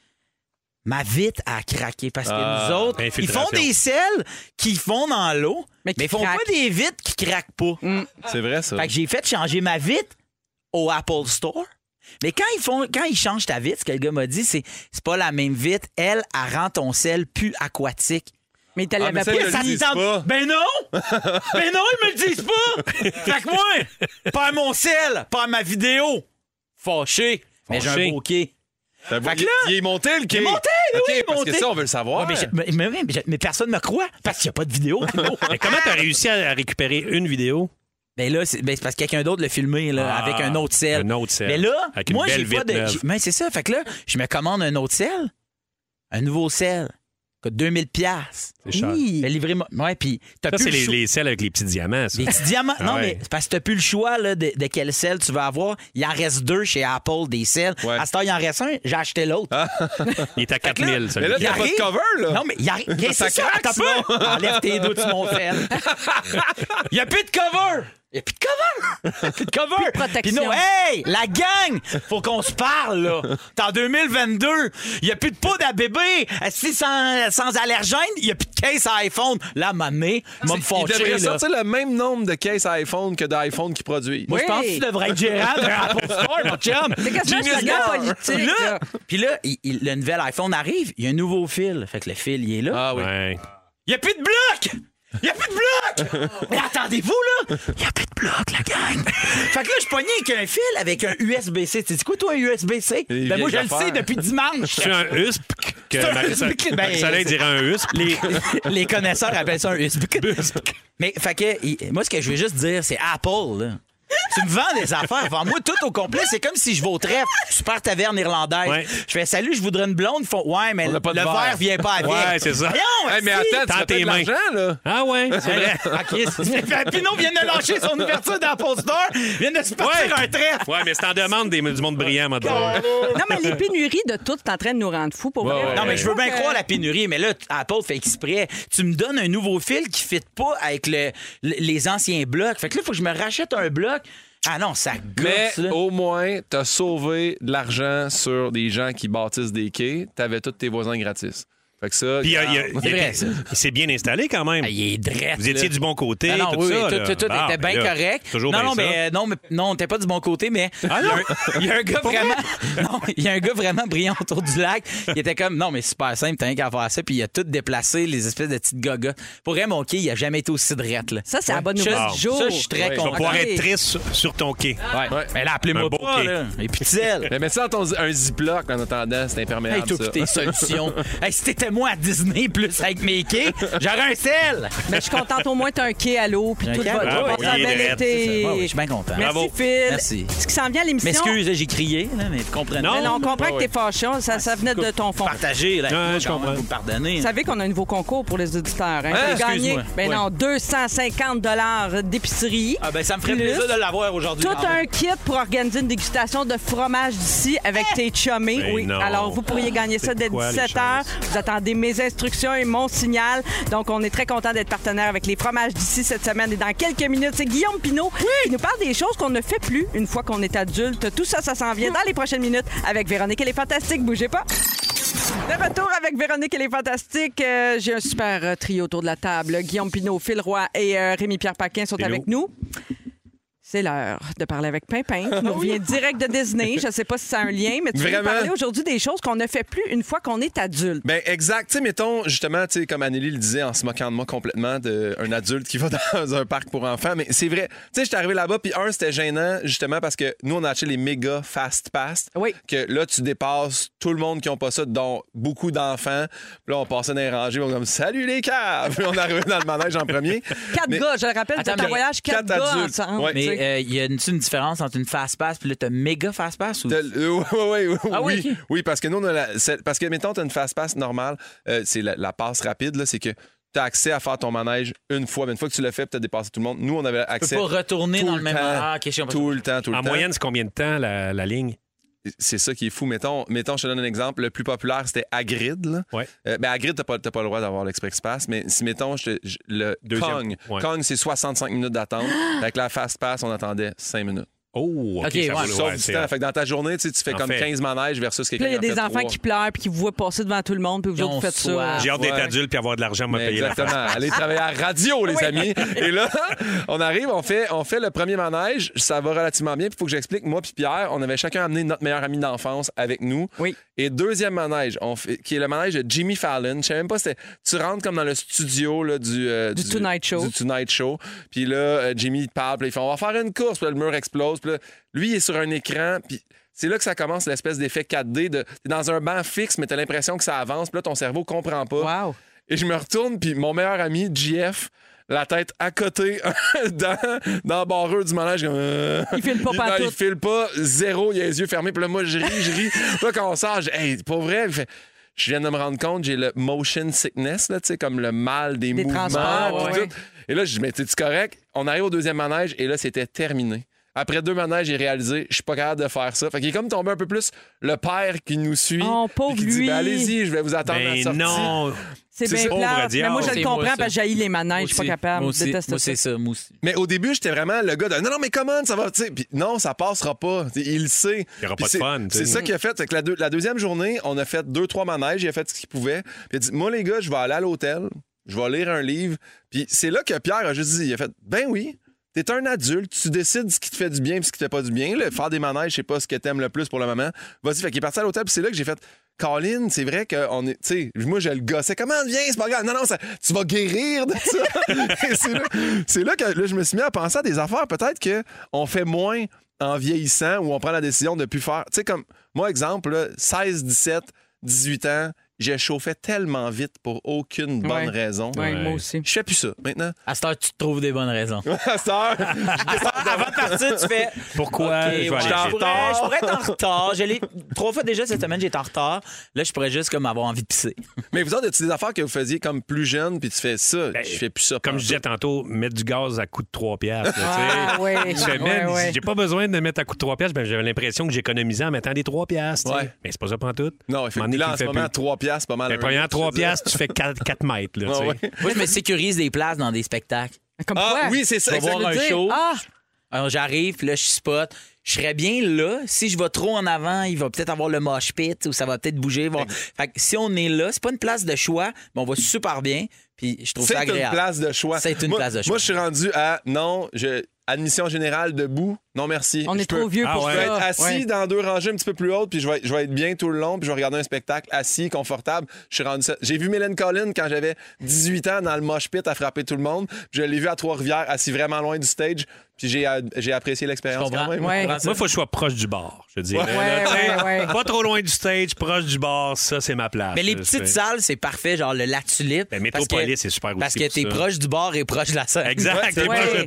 ma vite a craqué parce que Ah, nous autres, ils infiltration. font des selles qui font dans l'eau, Mais mais, qui ils font craquent. Mm. pas des vites qui craquent pas. C'est vrai, ça. Fait que j'ai fait changer ma vitre au Apple Store. Mais quand ils font, quand ils changent ta vitre, ce que le gars m'a dit, c'est c'est pas la même vitre. Elle, elle rend ton sel plus aquatique. Mais t'as Ah, mais l'avais ça, pas je le Ça dis me tente- pas. Ben non! ben non, ils me le disent pas! Fait que moi, pas à mon sel, pas à ma vidéo. Fâché. Mais j'ai Fâché. un bouquet. T'as Fait que il- là- il est monté, le quai. Il est monté, OK, oui, il est parce que monté. ça, on veut le savoir. Ah, mais, je- mais- mais- mais- mais- mais personne me croit parce qu'il n'y a pas de vidéo. Mais comment Ah! t'as réussi à à récupérer une vidéo? ben là, c'est ben, c'est parce que quelqu'un d'autre l'a filmé là, Ah, avec un autre sel. un autre sel. Mais là, Avec une moi, belle j'ai pas vitre de. neuve. j'ai- Mais c'est ça. Fait que là, je me commande un autre sel, un nouveau sel, coûte 2000 pièces. C'est cher. livré. mo- Ouais, puis t'as Ça, plus c'est le les, chou- les selles avec les petits diamants. ça. Des petits diamants. Ah non, ouais. mais c'est parce que t'as plus le choix là, de, de quel sel tu veux avoir. Il en reste deux chez Apple, des sels. Ouais. Ah, À ce temps, il en reste un, j'ai acheté l'autre. Il est à 4000, Mais là, celui-là. t'as pas de arrive- cover, là. Non, mais il arrive. Qu'est-ce que Ça c'est ça? craque, T'as sinon. peur? Enlève tes doigts de mon sel. Il n'y a plus de cover! Il n'y a plus de cover! Y a plus de cover! Plus protection. hey! La gang! Faut qu'on se parle, là! T'es en 2022! Il n'y a plus de poudre à bébé! Si sans, sans allergène, il n'y a plus de case à iPhone! Là, ma nez, m'a me Il fâcher, devrait là. sortir le même nombre de caisses iPhone que d'iPhone qui produisent. Moi, je pense que Oui. tu devrais être gérant d'un Apple Store, mon chum. C'est quasiment Genius un slogan Girl. politique, Puis là, là. puis là, il- il- le nouvel iPhone arrive, il y a un nouveau fil. Fait que le fil, il est là. Ah oui. Ouais. Il n'y a plus de bloc! Il n'y a plus de bloc! Mais attendez-vous, là! Il n'y a plus de bloc, la gang! Fait que là, je pognais avec un fil avec un USB-C. Tu dis quoi, toi, un USB-C? Il Ben, vient moi, de je le le faire. sais depuis dimanche. Tu es un USP C'est un que USP. ben, Marie- Marie-Soleil dirait un USP. Les, les connaisseurs appellent ça un USB. Mais, fait que, il- moi, ce que je veux juste dire, c'est Apple, là. Tu me vends des affaires. Vends-moi tout au complet. C'est comme si je vais au trèfle. Super taverne irlandaise. Ouais. Je fais salut, je voudrais une blonde. Ils font ouais, mais On le a pas de verre. verre. vient pas avec. Ouais, c'est ça. Voyons, Hey, mais si. attends, tu Tends as tes de mains. l'argent, là. Ah ouais, c'est vrai. Ah, Chris. Pinot vient de lâcher son ouverture d'Apple Store. Il vient de se partir un trèfle. Ouais, mais c'est en demande des, du monde brillant, moi. Non, mais les pénuries de tout, c'est en train de nous rendre fous pour vrai. ouais, Non, mais ouais. je veux bien croire la pénurie, mais là, t- Apple fait exprès. Tu me donnes un nouveau fil qui ne fit pas avec le- le- les anciens blocs. Fait que là, il faut que je me rachète un bloc. Ah non, ça Mais gosse, là. au moins, t'as sauvé de l'argent sur des gens qui bâtissent des quais. T'avais tous tes voisins gratis. Fait que ça, Puis, euh, il y a- regarde. il y a- il s'est bien installé quand même. Ah, il est drette. Vous étiez là. du bon côté. Ah non, tout oui, ça, oui, là. tout, tout Bon, était bien ben là, correct. Toujours non, bien non, ça. mais, euh, non, mais non, on était pas du bon côté, mais Ah il y non? a un- il y a un gars vraiment, non, il y a un gars vraiment brillant autour du lac. Il était comme, non, mais super simple, t'as rien qu'à faire ça, puis il a tout déplacé les espèces de petites gagas. Pour Raymond Key, il a jamais été aussi drette. Là. Ça, c'est la bonne Je- nouvelle du jour. Ça, je suis très Ouais. content. Tu vas pouvoir être triste sur- sur ton quai. Ouais. Mais là, appelez-moi Un beau pas, quai. là. Et puis, Tzel. Mais mets ça dans ton- un Ziploc en attendant, c'est imperméable. Hey, toi, ça. pis tes solutions. Hey, si t'étais moi à Disney plus avec mes quais, j'aurais un sel. Mais je suis contente au moins t'as un quai à l'eau puis Un tout quai va à l'eau. tout va Bravo, passer un il est bel raide, c'est été. ça. Ouais, ouais, je suis bien content. Merci Bravo. Phil. Merci. Ce qui s'en vient à l'émission. M'excuse, j'ai crié, là, mais vous comprenez. Mais non, on comprend Ouais, que ouais. t'es fâché, on- ça, ça venait de ton fond. Partagez, là. Ouais, Moi, je quand même, comprends. Vous me pardonnez. Vous savez qu'on a un nouveau concours pour les auditeurs. Hein? Ah, J'ai gagné excuse-moi. ben Ouais. non, 250 d'épicerie. Ah, ben, ça me ferait Plus plaisir de l'avoir aujourd'hui. Tout Ah, un kit pour organiser une dégustation de fromage d'ici avec tes chummés. Mais oui. Ben non. Alors, vous pourriez gagner ça C'est dès quoi, les 17h. Vous attendez mes instructions et mon signal. Donc, on est très content d'être partenaire avec les fromages d'ici cette semaine. Et dans quelques minutes, c'est Guillaume Pinault qui nous parle des choses qu'on ne fait plus une fois qu'on est adulte. Tout ça, ça s'en vient dans les prochaines minutes avec Véronique. Elle est fantastique. Bougez pas. De retour avec Véronique, elle est fantastique. Euh, J'ai un super euh, trio autour de la table. Guillaume Pinot, Phil Roy et euh, Rémi-Pierre Paquin sont Hello. avec nous. C'est l'heure de parler avec Pimpin, qui nous revient direct de Disney. Je ne sais pas si ça a un lien, mais tu veux nous Vraiment? parler aujourd'hui des choses qu'on ne fait plus une fois qu'on est adulte. Ben exact, tu sais mettons justement tu sais comme Anneli le disait en se moquant de moi complètement de un adulte qui va dans un parc pour enfants mais c'est vrai. Tu sais j'étais arrivé là-bas puis un c'était gênant justement parce que nous on a acheté les méga fast pass Oui. que là tu dépasses tout le monde qui ont pas ça dont beaucoup d'enfants. Puis là on passait dans les rangées on était comme salut les caves. Puis on arrivait dans le manège en premier. Quatre Mais- gars, je le rappelle, Attends, c'est un mais- voyage, quatre, quatre gars adultes. ensemble. Ouais. tu sais. Mais il y a une, une différence entre une fast-pass puis là, t'as méga fast-pass ou. T'as- euh, ouais, ouais, ouais, Ah oui, oui, oui, parce que nous, on a la- c'est- parce que mettons, tu as une fast pass normale, euh, c'est la, la passe rapide, là, c'est que tu as accès à faire ton manège une fois, mais une fois que tu l'as fait, tu as dépassé tout le monde. Nous, on avait Tu accès peux pas retourner tout dans le le même. temps, Ah, ok, je comprends. tout le temps, tout le En temps. moyenne, c'est combien de temps la, la ligne? C'est ça qui est fou. Mettons, mettons, je te donne un exemple. Le plus populaire, c'était Hagrid. Là. Ouais. Euh, ben, Hagrid, t'as pas, t'as pas le droit d'avoir l'Express Pass, mais si, mettons, je te- je- le Deuxième, Kong. ouais. Kong, c'est 65 minutes d'attente. Avec la fast pass, on attendait 5 minutes. Oh, OK, Ok, ça ouais. vaut le- Sauf ouais, du c'est- temps. Fait que dans ta journée, tu sais, tu fais En comme fait. 15 manèges versus Puis quelqu'un là, il y a euh, en fait des enfants trois. qui pleurent puis qui vous voient passer devant tout le monde, puis vous Ils autres, ont vous faites ça. soif. J'ai hâte d'être Ouais. adulte puis avoir de l'argent pour Mais payer la Exactement. Allez travailler à la radio, les amis. Et là, on arrive, on fait, on fait le premier manège. Ça va relativement bien. Puis il faut que j'explique. Moi puis Pierre, on avait chacun amené notre meilleur ami d'enfance avec nous. Oui. Et deuxième manège, on fait- qui est le manège de Jimmy Fallon. Je sais même pas c'était. Tu rentres comme dans le studio là, du, euh, Du Tonight Show. du Tonight Show. Puis là, euh, Jimmy il parle. Puis là, il fait, on va faire une course. Puis là, le mur explose. Puis là, lui, il est sur un écran. Puis c'est là que ça commence l'espèce d'effet 4D. De, t'es dans un banc fixe, mais t'as l'impression que ça avance. Puis là, ton cerveau comprend pas. Wow. Et je me retourne, puis mon meilleur ami, JF, la tête à côté dans, dans le barreux du manège. Comme, euh, Il file pas il- pantoute. non, Il file pas, zéro, il a les yeux fermés. Puis là, moi, je ris, je ris. Puis là, quand on sort, je dis, hey, c'est pas vrai. Il fait, je viens de me rendre compte, j'ai le motion sickness, là, tu sais, comme le mal des, Des mouvements. transports, puis ouais. tout. Et là, je dis, mais t'es-tu correct? On arrive au deuxième manège, et là, c'était terminé. Après deux manèges, j'ai réalisé, je suis pas capable de faire ça. Fait qu'il est comme tombé un peu plus le père qui nous suit. Oh, pauvre puis qui dit, lui. Ben, allez-y, je vais vous attendre à la Mais sortie. Ben non! C'est C'est bien ça. plat. Pauvre Mais moi, je diable. le C'est moi, comprends ça. parce que j'haïs les manèges. Je suis pas Aussi. capable. Moi Je aussi, déteste moi, ça. c'est ça, moi aussi. Mais au début, j'étais vraiment le gars de non, non, mais comment ça va? Tu sais, Puis non, ça passera pas. Tu sais, Il le sait. Il y aura Puis pas de c'est- fun, tu sais. C'est ça qu'il a fait. C'est que la, deux- la deuxième journée, on a fait deux, trois manèges. Il a fait ce qu'il pouvait. Puis il a dit Moi, les gars, je vais aller à l'hôtel. Je vais lire un livre. Puis c'est là que Pierre a juste dit Il a fait Ben oui. T'es un adulte, tu décides ce qui te fait du bien et ce qui te fait pas du bien. là. Faire des manèges, c'est pas ce que t'aimes le plus pour le moment. Vas-y, fait qu'il est parti à l'hôtel, puis c'est là que j'ai fait Colin, c'est vrai qu'on est. Tu sais, moi, je le gossais. Comment viens, c'est pas grave. Non, non, ça- tu vas guérir de ça. Et c'est là, c'est là que là, je me suis mis à penser à des affaires, peut-être qu'on fait moins en vieillissant ou on prend la décision de plus faire. Tu sais, comme moi, exemple, là, 16, 17, 18 ans, j'ai chauffé tellement vite pour aucune Ouais. bonne raison. Ouais, moi aussi. Je fais plus ça maintenant. À cette heure, tu te trouves des bonnes raisons. À cette heure, je descends Ah, Avant de partir, tu fais. Pourquoi? Ok, Je vais ouais, aller vite. je, pourrais, je pourrais être en retard. Je l'ai- Trois fois déjà cette semaine, j'étais en retard. Là, je pourrais juste comme avoir envie de pisser. Mais vous autres, as-tu des affaires que vous faisiez comme plus jeune, puis tu fais ça, je fais plus ça. Comme je disais tantôt, mettre du gaz à coup de 3 piastres. là, tu sais. Ah, oui. Je fais, man, Ouais, ouais. j'ai pas besoin de mettre à coup de 3 piastres. Ben, j'avais l'impression que j'économisais en mettant des 3 piastres. tu sais. Ouais. Mais c'est pas ça pour tout. Non, effectivement, là, en ce moment, 3 piastres, pas mal. Les un premières livre, 3 je veux dire. Ben, piastres, tu fais 4, mètres. Là, tu sais. Ah, ouais. Moi, je me sécurise des places dans des spectacles. Comme Ah quoi? oui, oh, c'est ça, Tu vas voir exactement. un show. Ah! Alors, J'arrive, puis là, je spot. Je serais bien là. Si je vais trop en avant, il va peut-être avoir le mosh pit ou ça va peut-être bouger. voir. Fait que si on est là, c'est pas une place de choix, mais on va super bien. Puis je trouve C'est ça agréable. une place de choix. C'est une Moi- place de choix. Moi, je suis rendu à non, je- admission générale debout. Non, merci. On Je est trop vieux pour Je peux ça. être assis Ouais. dans deux rangées un petit peu plus hautes, puis je vais, je vais être bien tout le long, puis je vais regarder un spectacle assis, confortable. Je suis rendu ça. J'ai vu Mélène Collin quand j'avais 18 ans dans le mosh pit à frapper tout le monde. Je l'ai vu à Trois-Rivières, assis vraiment loin du stage, puis j'ai, euh, j'ai apprécié l'expérience quand même. Moi, il faut que je sois proche du bord, je dis. Ouais. Ouais, ouais, Pas trop loin du stage, proche du bord, ça, c'est ma place. Mais les Je petites sais. salles, c'est parfait, genre le La Tulipe. Mais Ben, Métropolis, c'est super Parce aussi que pour t'es ça. proche du bar et proche de la scène. Exact, t'es Ouais.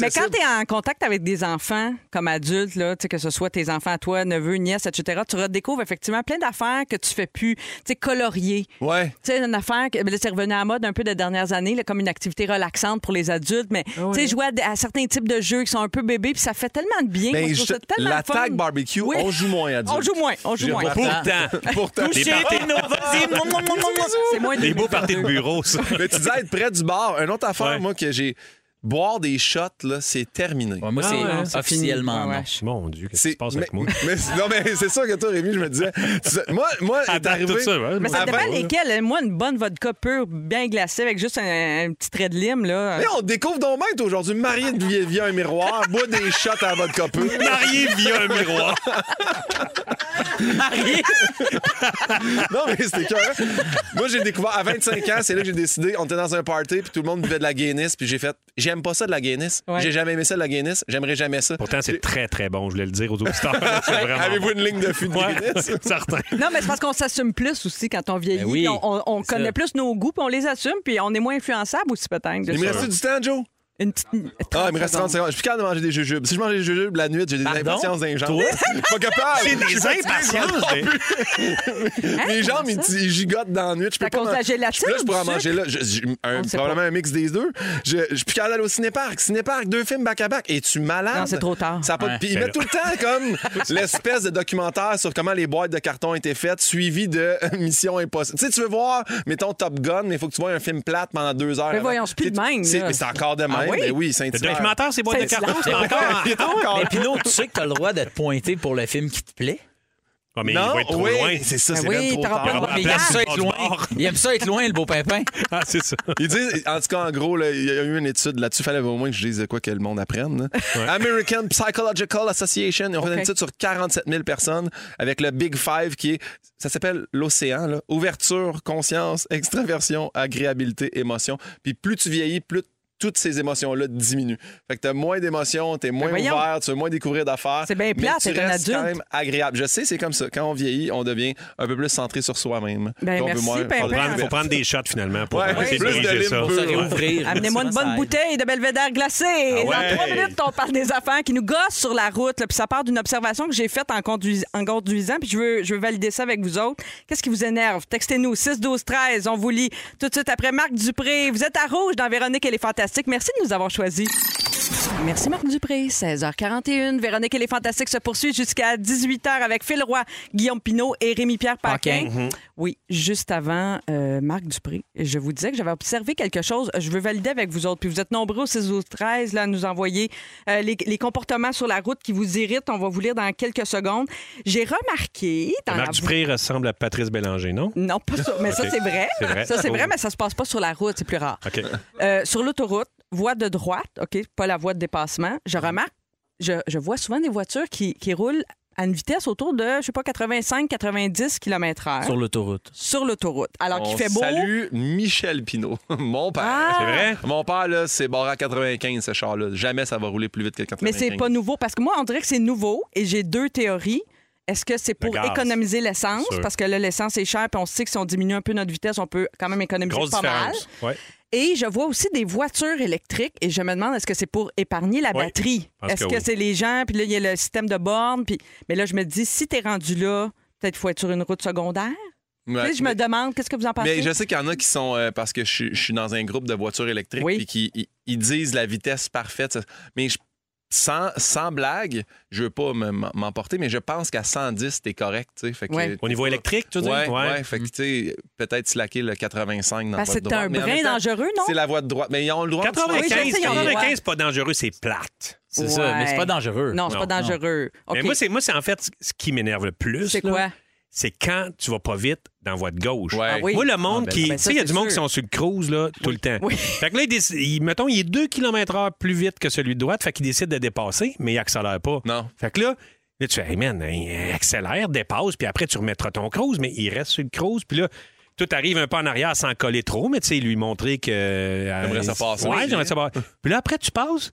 Mais quand tu es en contact avec des enfants, comme adulte, là, tu sais, que ce soit tes enfants à toi, neveux, nièces, etc., tu redécouvres effectivement plein d'affaires que tu fais plus, tu sais, colorier. Ouais. Tu sais, une affaire, que, ben là, c'est revenu à la mode un peu des dernières années, là, comme une activité relaxante pour les adultes, Ah mais tu sais, jouer à, d- à certains types de jeux qui sont un peu bébés, puis ça fait tellement de bien. Ben, Moi, je trouve je- ça tellement la fun. tag barbecue, Oui. on joue moins adulte. On joue moins, on joue J'ai- moins. Pourtant, pourtant. Touchez Les parties- tes nos- vas-y, mou, mou, mou, mou, mou. C'est moins Des beaux parties de bureau, ça. Mais tu disais être près du bar. Une autre affaire, moi, que j'ai. Boire des shots, là, c'est terminé. moi, c'est Ah ouais, c'est officiellement fini. Ouais, non. Ah Mon Dieu, qu'est-ce qui se passe avec mais- moi? mais- non, mais c'est ça que toi, Rémi, je me disais. Tu sais, Moi, moi est Attends, arrivé. tout ça, ouais. Mais ça Avant- dépend lesquels. hein. Moi, une bonne vodka pure, bien glacée, avec juste un, un petit trait de lime, là. Mais on découvre donc même aujourd'hui marié via, via un miroir, boit des shots à votre copain. Marié via un miroir. Marié. non, mais c'était cœur. Moi, j'ai découvert à 25 ans, c'est là que j'ai décidé. On était dans un party, puis tout le monde buvait de la Guinness, puis j'ai fait J'aime pas ça de la Guinness. Ouais. J'ai jamais aimé ça de la Guinness. J'aimerais jamais ça. Pourtant, c'est très, très bon. Je voulais le dire aux auditeurs. C'est vraiment Avez-vous bon. une ligne de fût de Ouais, Guinness? Certain. Non, mais c'est parce qu'on s'assume plus aussi quand on vieillit. Ben oui, puis on- on on c'est connaît ça. plus nos goûts, puis on les assume, puis on est moins influençable aussi, peut-être. de Il me ça. reste du temps, Joe? Une petite. Ah, il me reste 30 secondes. Je suis plus capable de manger des jujubes. Si je mange des jujubes la nuit, j'ai des Pardon? impatiences dans les jambes. Toi? Je suis pas capable. C'est des Je suis fatigué, impatiences, je m'en peux. Hein? Mes jambes, ils ils gigotent dans la nuit. Je peux T'as pas. cause de la manger- gélatine Là, je ou pourrais en du manger là. sucre? Je- je- un- On le sait probablement un mix des deux. Je, je suis plus capable d'aller au cinéparc. Cinéparc, deux films back-à-back. Es-tu malade? Non, c'est trop tard. Ça a pas de- Ouais. Puis ils Ben mettent tout là. le temps comme l'espèce de documentaire sur comment les boîtes de carton étaient faites, suivi de euh, Mission Impossible. Tu sais, tu veux voir, mettons Top Gun, mais il faut que tu vois un film plate pendant deux heures. Mais avant. voyons, c'est plus de même, C'est là. mais c'est encore de même. Ah oui? Ben oui, Le Saint-Hilaire. documentaire, c'est boîte de Saint-Hilaire. carton, c'est Mais encore- pourquoi- il est encore- Mais Pinot, tu sais que t'as le droit de te pointer pour le film qui te plaît. Ah, mais il va être trop loin. Ben oui, t'auras Ah, pas de Il Il aime ça être loin. Il aime ça être loin, le beau pimpin. Ah, c'est ça. Ils disent, en tout cas, en gros, là, il y a eu une étude là-dessus, fallait au moins que je dise de quoi que le monde apprenne. là. American Psychological Association, ils ont fait une Ok. étude sur 47 000 personnes avec le Big Five qui est, ça s'appelle l'océan, là. ouverture, conscience, extraversion, agréabilité, émotion. Puis plus tu vieillis, plus toutes ces émotions-là diminuent. Fait que t'as moins d'émotions, t'es moins Ben voyons. ouvert, tu veux moins découvrir d'affaires. C'est bien mais plate, tu t'es un restes adulte. quand même agréable. Je sais, c'est comme ça. Quand on vieillit, on devient un peu plus centré sur soi-même. Ben, Puis on veut merci, moins Pimpin. faire faut, prendre, faut découverte. prendre des shots finalement pour Ouais, essayer de plus de briser lime ça. pure. Ouais. Amenez-moi une bonne bouteille de belvédère glacée. ouais? Dans trois minutes, on parle des affaires qui nous gossent sur la route. là, Puis ça part d'une observation que j'ai faite en, conduis- en conduisant. Puis je veux, je veux valider ça avec vous autres. Qu'est-ce qui vous énerve? Textez-nous 6 12 13 On vous lit tout de suite après Marc Dupré. Vous êtes à Rouge dans Véronique et les Fantastiques. Merci de nous avoir choisis. Merci Marc Dupré, 16h41. Véronique et les Fantastiques se poursuit jusqu'à 18h avec Phil Roy, Guillaume Pinault et Rémi-Pierre Paquin. Paquin. Mhm. Oui, juste avant euh, Marc Dupré, je vous disais que j'avais observé quelque chose. Je veux valider avec vous autres. Puis vous êtes nombreux au 6 12 13 là, à nous envoyer euh, les, les comportements sur la route qui vous irritent. On va vous lire dans quelques secondes. J'ai remarqué dans la Marc Dupré ressemble à Patrice Bélanger, non? Non, pas ça. Mais ça, Ok. c'est vrai. C'est vrai. Ça, c'est vrai, Oh. mais ça se passe pas sur la route. C'est plus rare. OK. Euh, sur l'autoroute, voie de droite, OK, pas la voie de dépassement, je remarque, je, je vois souvent des voitures qui, qui roulent à une vitesse autour de, je sais pas, 85-90 km/h. Sur l'autoroute. Sur l'autoroute. Alors qu'il On fait beau. Salue Michel Pinault, mon père. Ah! C'est vrai? Mon père, là, c'est barré à 95, ce char-là. Jamais ça va rouler plus vite que 95. Mais c'est pas nouveau parce que moi, on dirait que c'est nouveau et j'ai deux théories. Est-ce que c'est pour gaz. économiser l'essence? Sûr. Parce que là, l'essence est chère, puis on sait que si on diminue un peu notre vitesse, on peut quand même économiser Grosse pas différence. mal. Ouais. Et je vois aussi des voitures électriques et je me demande est-ce que c'est pour épargner la Oui, batterie? je pense Est-ce que que, oui. c'est les gens, puis là, il y a le système de bornes, puis... Mais là, je me dis, si t'es rendu là, peut-être qu'il faut être sur une route secondaire. Ouais. Tu sais, je me demande, qu'est-ce que vous en pensez? Mais je sais qu'il y en a qui sont, euh, parce que je, suis- je suis dans un groupe de voitures électriques, puis qui ils, ils disent la vitesse parfaite. ça. Mais je- sans, sans blague, je veux pas me- m'en- m'emporter, mais je pense qu'à 110, t'es correct. tu sais. Fait que, Ouais. Au niveau électrique, tu veux dire? Ouais, Ouais. ouais, fait que, tu sais, peut-être slacker le 85 dans Parce la voie que de c'est droite. un Mais en brin même temps, dangereux, non? C'est la voie de droite. Mais ils ont le droit de se faire- 95, 95, c'est pas dangereux, c'est plate. C'est ça, mais c'est pas dangereux. Non, c'est pas dangereux. Mais OK. moi, c'est moi, c'est en fait ce- ce qui m'énerve le plus. C'est là, quoi? C'est quand tu vas pas vite dans la voie de gauche. Ah oui. Moi, le monde Ah, ben, qui. ben, tu ça, sais, il y a c'est du monde sûr. qui sont sur le cruise là, tout le temps. Fait que là, il déc- il- mettons, il est 2 km heure plus vite que celui de droite. Fait qu'il décide de dépasser, mais il accélère pas. Non. Fait que là, là, tu fais, hey man, hein, accélère, dépasse, puis après, tu remettras ton cruise, mais il reste sur le cruise, puis là. Tout arrive un peu en arrière sans coller trop, mais tu sais, lui montrer que. euh, J'aimerais ça euh, passer. Ouais, j'aimerais ça passer. Puis là, après, tu passes,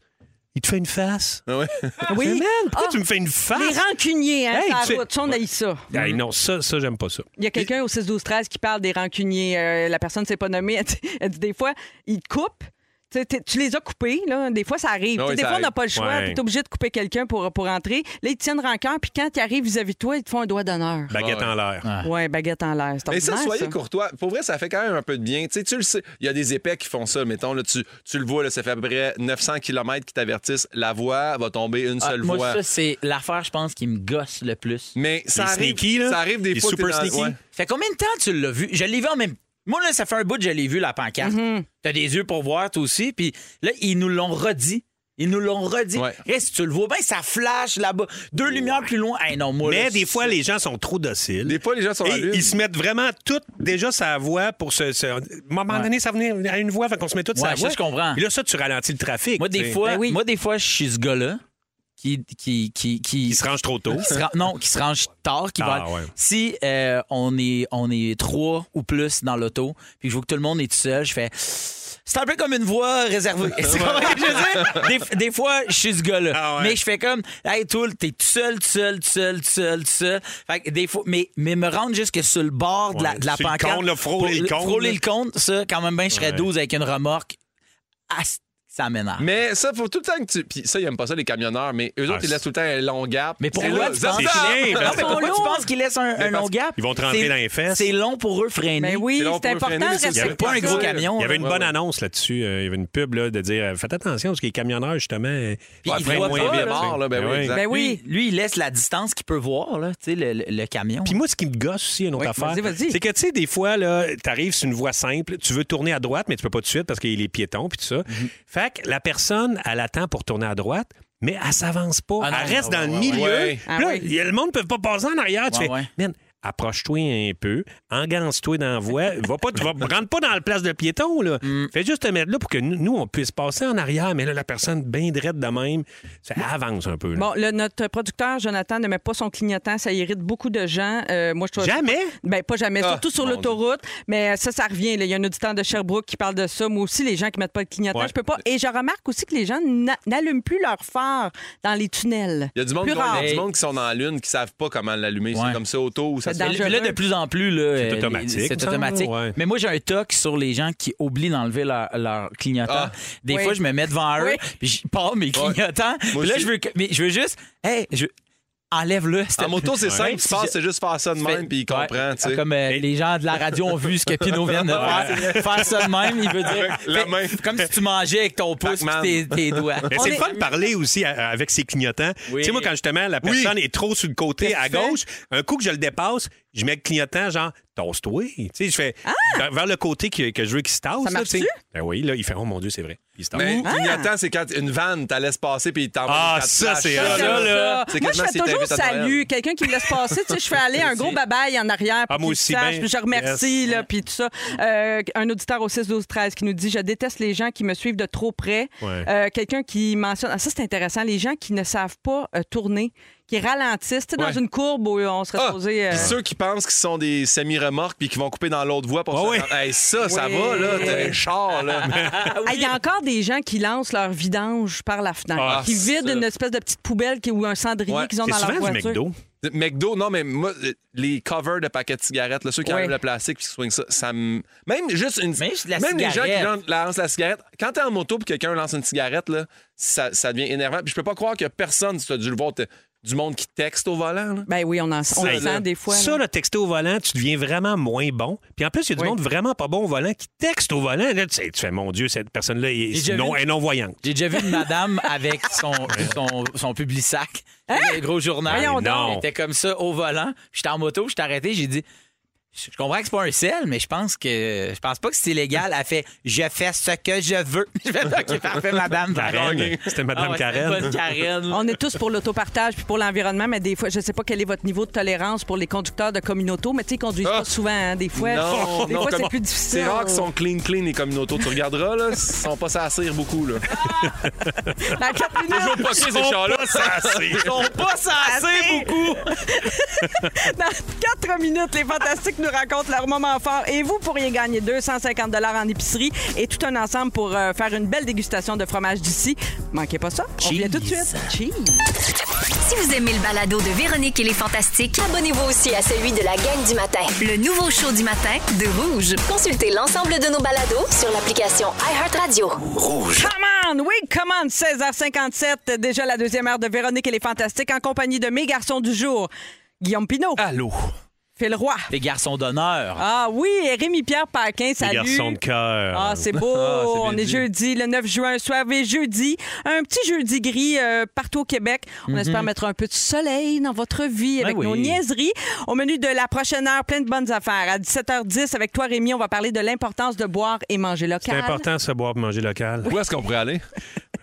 il te fait une face. Oui. Ah Oui. Man, pourquoi tu me fais une face? Les rancuniers, hein, Ah! Hey, sur la tu- route. Ça, on haït ça. Hey, non, ça, ça j'aime pas ça. Il y a quelqu'un au 6-12-13 qui parle des rancuniers. Euh, la personne ne s'est pas nommée. Elle dit, elle dit des fois, ils te coupent. Tu sais, t'es- tu les as coupés, là. Des fois, ça arrive. Tu Ah sais, oui, des ça fois, on n'a arrive. pas le choix. Ouais. Tu es obligé de couper quelqu'un pour, pour entrer. Là, ils te tiennent rancœur. Puis quand ils arrivent vis-à-vis de toi, ils te font un doigt d'honneur. Baguette Ah en l'air. Ouais, baguette en l'air. C'est Mais ça, ordinaire, soyez ça. courtois. Pour vrai, ça fait quand même un peu de bien. Tu sais, tu le sais, il y a des épais qui font ça. Mettons, là, tu, tu le vois, là, ça fait à peu près 900 km qui t'avertissent. La voie va tomber une Ah, seule moi, voie. ça, c'est l'affaire, je pense, qui me gosse le plus. Mais ça arrive, ça arrive des fois. que t'es dans- ouais. Fait combien de temps tu l'as vu? Je l'ai vu en même Moi, là, ça fait un bout que je l'ai vu, la pancarte. Mm-hmm. T'as des yeux pour voir, toi aussi. Puis là, ils nous l'ont redit. Ils nous l'ont redit. Et si tu le vois bien, ça flash là-bas. Deux lumières plus loin. Hey, non, moi, là, Mais des fois, les gens sont trop dociles. Des fois, les gens sont Et ils se mettent vraiment tout déjà sa voix pour se. se- À un moment Ouais. donné, ça venait à une voix, fait qu'on se met tout Ouais, sa ça, voix. je comprends. Et là, ça, tu ralentis le trafic. Moi, des tu sais. Ben fois, moi, des fois, je suis ce gars-là qui, qui, qui, qui, se range trop tôt. Qui se ran- non, qui se range tard. Qui Ah, va... ouais. Si euh, on, est, on est trois ou plus dans l'auto, puis je vois que tout le monde est tout seul, je fais. C'est un peu comme une voie réservée. C'est comme je veux dire, des, des fois, je suis ce gars-là. Ah, Mais je fais comme, hey, tout, t'es tout seul, tout seul, tout seul, tout seul, tout seul. Fait que des fois, mais, mais me rendre jusque sur le bord de la, Ouais, de la sur le pancarte. cône, là, frôler pour- le cône, Frôler là. le cône, ça, quand même bien, je serais Ouais. 12 avec une remorque. Ah, ça m'énerve. Mais ça, faut tout le temps que tu. Puis ça, ils aiment pas ça, les camionneurs, mais eux autres, ils laissent tout le temps un long gap. Mais Pourquoi tu penses- Non, mais pourquoi tu penses qu'ils laissent un, un long gap? Ils vont te rentrer C'est- dans les fesses. C'est long pour eux freiner. Mais Ben oui, C'est long c'est pour eux important freiner, mais de c'est- Il y respecter avait pas un ça. gros camion. Il y avait là. une bonne annonce là-dessus. euh, il y avait une pub là, de dire euh, Faites attention, parce que les camionneurs, justement, euh, Puis il freinent voit pas, tu sais. là. Ben oui. Lui, lui, il laisse la distance qu'il peut voir, là, tu sais, le, le- le camion. Puis moi, ce qui me gosse aussi, une autre Oui, affaire, vas-y, vas-y. c'est que, tu sais, des fois, là, t'arrives sur une voie simple, tu veux tourner à droite, mais tu peux pas tout de suite parce qu'il y a les piétons, puis tout ça. Mhm. Fait que la personne, elle attend pour tourner à droite, mais elle s'avance pas. Ah non, elle reste ouais, dans ouais, le ouais. milieu. Ouais. Puis là, Ah oui. il y a- le monde ne peut pas passer en arrière. Tu Ouais, fais, ouais. Man, approche-toi un peu, engance-toi dans la voie, va pas, tu vas, rentre pas dans la place de piéton, là. Mm. Fais juste te mettre là pour que nous, nous, on puisse passer en arrière, mais là, la personne bien drette de même, ça avance un peu. là. Bon, là, notre producteur, Jonathan, ne met pas son clignotant. Ça irrite beaucoup de gens. Euh, moi, je trouve- Jamais? Ben, pas jamais. Ah, Surtout sur mon l'autoroute. Mais euh, ça, ça revient. là. Il y a un auditeur de Sherbrooke qui parle de ça. Moi aussi, les gens qui mettent pas de clignotant, Ouais. je peux pas. Et je remarque aussi que les gens n'a- n'allument plus leur phare dans les tunnels. Il y a du monde, plus qui, rare. il y a du monde qui sont dans la lune qui savent pas comment l'allumer. C'est comme ça, auto ou ça C'est se fait. dangereux. Là, de plus en plus, là, C'est euh, automatique, il les- me C'est semble, automatique. ouais. Mais moi, j'ai un toc sur les gens qui oublient d'enlever leur, leur clignotant. Des Oui. fois, je me mets devant eux, Oui. puis je pars mes clignotants. Puis là, je veux, que- mais je veux juste, hey, je- enlève-le. s'il te En moto, c'est plaît. simple. Même Tu si passes, je- c'est juste faire ça de Tu fais- même, puis il comprend. Ah, tu sais. Comme euh, les gens de la radio ont vu ce que Pino vient de Ouais. faire. Faire ça de même, il veut dire. Avec la fait- Comme si tu mangeais avec ton pouce Pac-Man. et tes, tes doigts. Mais c'est le fun de parler aussi à- à- avec ses clignotants. Oui. Tu sais, moi, quand justement, la personne est trop sur le côté à Qu'est-ce que tu gauche, un coup que je le dépasse, je mets le clignotant, genre, tasse-toi. Tu sais, je fais vers- vers le côté que, que je veux qu'il se tasse. Ah! Ça là, tu sais. marche-tu? Ben oui, là, il fait, oh mon Dieu, c'est vrai. Il se tasse. Mais clignotant, c'est quand une vanne, t'as laisse passer, puis il t'envoie. Ah, une carte ça, flash. c'est hot, là, là. C'est Moi, je quasiment fais si toujours t'invites à Noël. salut. Quelqu'un qui me laisse passer, tu sais, je fais aller un gros babaille en arrière. Ah, Pour moi qu'il aussi, sache, ben, puis je remercie, là, puis tout ça. Euh, un auditeur au 6 12 13 qui nous dit Je déteste les gens qui me suivent de trop près. Ouais. Euh, Quelqu'un qui mentionne Ah, ça, c'est intéressant, les gens qui ne savent pas euh, tourner, qui ralentissent, tu sais, dans Ouais. une courbe où on serait Ah, supposé. euh, puis ceux qui pensent qu'ils sont des semi-remorques puis qui vont couper dans l'autre voie pour Ah se rendre- Hey, ça, ça Oui. va, là. T'as un char, là. Oh, Ah, Il y a encore des gens qui lancent leur vidange par la fenêtre, Ah, qui vident ça. une espèce de petite poubelle qui- ou un cendrier qu'ils ont dans leur voiture. Du McDo, non, mais moi, euh, les covers de paquets de cigarettes, là, ceux qui Ouais. enlèvent le plastique puis qui swingent ça, ça me. Même juste une. la Même les gens qui cigarette. lancent- lancent la cigarette. Quand t'es en moto puis quelqu'un lance une cigarette, là, ça, ça devient énervant. Puis je peux pas croire qu'il y a personne, si t'as dû le voir, t'as- du monde qui texte au volant. là. Ben oui, on en on Ça, le là. sent des fois. Ça, là. le texter au volant, tu deviens vraiment moins bon. Puis en plus, il y a du monde vraiment pas bon au volant qui texte au volant. Là, tu, sais, tu fais, mon Dieu, cette personne-là est, déjà non, vu- est non-voyante. J'ai déjà vu une madame avec son, son, son public sac, un gros journal. Hein? Voyons donc. Elle était comme ça au volant. J'étais en moto, j'étais arrêté, j'ai dit Je je comprends que c'est pas un sel, mais je pense que je pense pas que c'est illégal. Elle fait je fais ce que je veux. Je fais OK, parfait, madame. t'as Karen. gagné. C'était madame Ah ouais, c'était Karen. bonne Karen. On est tous pour l'autopartage puis pour l'environnement, mais des fois, je sais pas quel est votre niveau de tolérance pour les conducteurs de communautos, mais tu sais, ils conduisent pas souvent, hein, des fois. Ah! Non, des non, fois, comment- c'est plus difficile. C'est rare qu'ils sont clean, clean, les communautaux. Tu regarderas, là, ils sont pas ça à cire beaucoup, là. Dans quatre minutes. Toujours pas ces gens-là, ça cire. Oh, pas assez beaucoup. Dans 4 minutes, les Fantastiques nous racontent leur moment fort et vous pourriez gagner 250 en épicerie et tout un ensemble pour euh, faire une belle dégustation de fromage d'ici. Manquez pas ça. On revient tout de suite. Cheese. Si vous aimez le balado de Véronique et les Fantastiques, abonnez-vous aussi à celui de la gang du matin. Le nouveau show du matin de Rouge. Consultez l'ensemble de nos balados sur l'application iHeartRadio. Rouge. Come on! Oui, come on! 16h57, déjà la deuxième heure de Véronique et les Fantastiques en compagnie de mes garçons du jour. Guillaume Pinault. Allô. Phil Roy. Les garçons d'honneur. Ah oui, et Rémi-Pierre Paquin, Les salut. garçons de cœur. Ah, c'est beau. Ah, c'est bien On est dit. jeudi, le 9 juin, soirée jeudi. Un petit jeudi gris euh, partout au Québec. On Mhm. espère mettre un peu de soleil dans votre vie Ben avec oui. nos niaiseries. Au menu de la prochaine heure, plein de bonnes affaires. À 17h10, avec toi, Rémi, on va parler de l'importance de boire et manger C'est local. important de se boire et manger local. Où est-ce qu'on pourrait aller?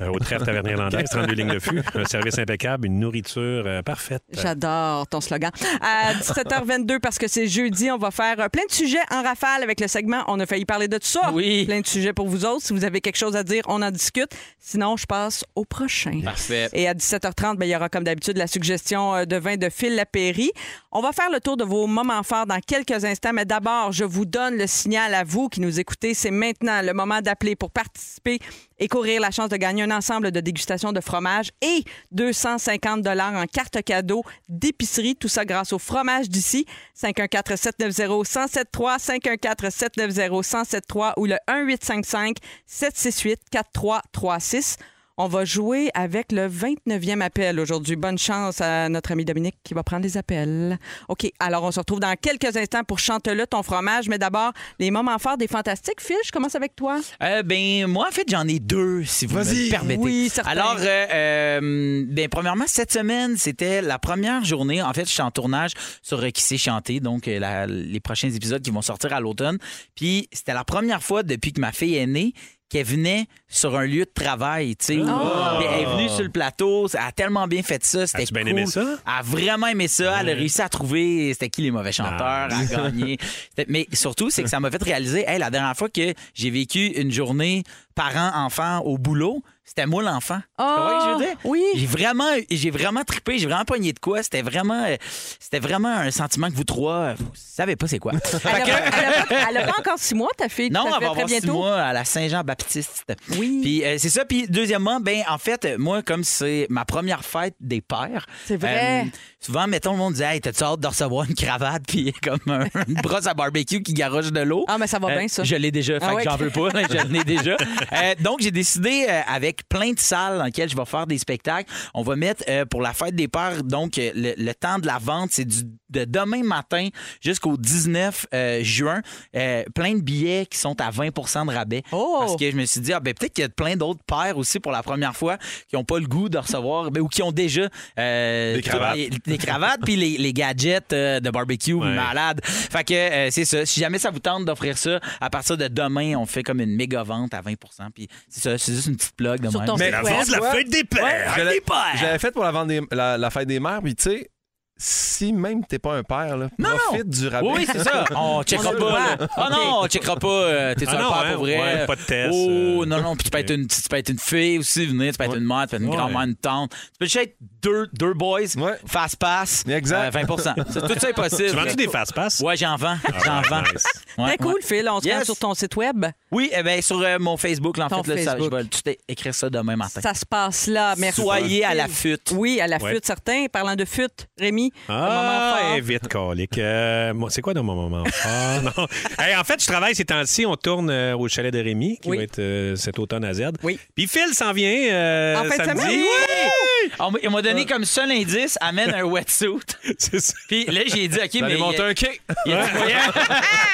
Euh, Au trèfle taverne irlandaise, 32 lignes de fût, un service impeccable, une nourriture euh, parfaite. J'adore ton slogan. À 17h22, parce que c'est jeudi, on va faire euh, plein de sujets en rafale avec le segment. On a failli parler de tout ça. Oui. Plein de sujets pour vous autres. Si vous avez quelque chose à dire, on en discute. Sinon, je passe au prochain. Parfait. Et à 17h30, ben, il y aura comme d'habitude la suggestion euh, de vin de Phil Lapéry. On va faire le tour de vos moments forts dans quelques instants, mais d'abord, je vous donne le signal à vous qui nous écoutez. C'est maintenant le moment d'appeler pour participer et courir la chance de gagner un ensemble de dégustations de fromage et 250 en carte cadeau d'épicerie. Tout ça grâce au fromage d'ici. 514-790-1073, 514-790-1073 ou le 1855-768-4336. On va jouer avec le 29e appel aujourd'hui. Bonne chance à notre ami Dominique qui va prendre les appels. OK, alors on se retrouve dans quelques instants pour Chante-le ton fromage, mais d'abord, les moments forts des fantastiques. Phil, je commence avec toi. Euh, ben, moi, en fait, j'en ai deux, si vous me Vas-y. le permettez. Oui, certain. Alors, euh, euh, ben, premièrement, cette semaine, c'était la première journée. En fait, je suis en tournage sur euh, Qui s'est chanté, donc euh, la- les prochains épisodes qui vont sortir à l'automne. Puis, c'était la première fois depuis que ma fille est née qu'elle venait sur un lieu de travail, tu sais. Ah! Puis Elle est venue sur le plateau, elle a tellement bien fait ça, c'était As-tu bien cool. aimé ça? Elle a vraiment aimé ça, elle a réussi à trouver c'était qui les mauvais chanteurs, Nice. elle a gagné. C'était- Mais surtout, c'est que ça m'a fait réaliser, hey, la dernière fois que j'ai vécu une journée parent-enfant au boulot, c'était moi l'enfant. Tu comprends ce que je veux dire? Oui. J'ai vraiment, j'ai vraiment trippé, j'ai vraiment pogné de quoi. C'était vraiment, euh, c'était vraiment un sentiment que vous trois, euh, vous savez pas c'est quoi. Elle a pas- elle a pas- elle a pas encore six mois, ta fille. Non, tout à elle fait, va très avoir six bientôt. mois à la Saint-Jean-Baptiste. Oui. Puis euh, c'est ça. Puis deuxièmement, ben en fait, euh, moi, comme c'est ma première fête des pères. euh, C'est vrai. souvent, mettons, le monde dit Hey, t'as-tu hâte de recevoir une cravate puis comme un- une brosse à barbecue qui garoche de l'eau? Euh, Ah, mais ça va bien, ça. Je l'ai déjà, fait Ah que ouais. j'en veux pas. hein, je l'ai déjà. Euh, donc, j'ai décidé, euh, avec plein de salles dans lesquelles je vais faire des spectacles, on va mettre euh, pour la fête des pères, donc euh, le, le temps de la vente, c'est du de demain matin jusqu'au 19 euh, juin, euh, plein de billets qui sont à 20 de rabais. Oh! Parce que je me suis dit, ah, ben, peut-être qu'il y a plein d'autres pères aussi pour la première fois qui n'ont pas le goût de recevoir ben, ou qui ont déjà euh, Des cravates. les- les cravates puis les, les gadgets euh, de barbecue malades. Fait que euh, c'est ça. Si jamais ça vous tente d'offrir ça, à partir de demain, on fait comme une méga vente à 20 Puis c'est ça, c'est juste une petite plug de même. Mais vente de Je l'ai- des pères. Je l'avais faite pour la, vente des- la, la fête des mères, puis tu sais, si même t'es pas un père, là, Non, non. profite du rabais. Oui, oui, c'est ça. On checkera le pas. voit. là. Ah non, on checkera pas. euh, T'es Ah un non, père hein, pour vrai. ouais, pas de test, Oh, euh. non, non. Puis tu peux, être une, tu peux être une fille aussi, venir. Tu peux être une mère, tu peux être une Ouais. grand-mère, une tante. Tu peux juste être deux, deux boys, euh, fast-pass. Exact. 20 Ça, Tout ça est possible. Tu vends-tu des Ah, fast-pass? Ouais, j'en vends. J'en vends. Ouais, Très ouais. cool, Phil. On se Yes. rend sur ton site web. Oui, eh ben, sur euh, mon Facebook, là, en Ton fait, là, ça- je Facebook. vais tout écrire ça demain matin. Ça se passe là. Merci. Soyez à la Phil. fuite. Oui, à la Ouais. fuite, certain. Parlant de fuite, Rémi, le moment fort. Ah, vite, colique. Euh, moi, c'est quoi dans mon moment fort? non. Hey, en fait, je travaille ces temps-ci. On tourne euh, au chalet de Rémi, qui va être euh, cet automne à Z. Oui. Puis Phil s'en vient euh, En fin de samedi. semaine? Oui! On m'a- il m'a Euh. donné comme seul indice, amène un wetsuit. Puis là, j'ai dit, OK, D'aller mais. euh, monter un quai. Il y a du moyen.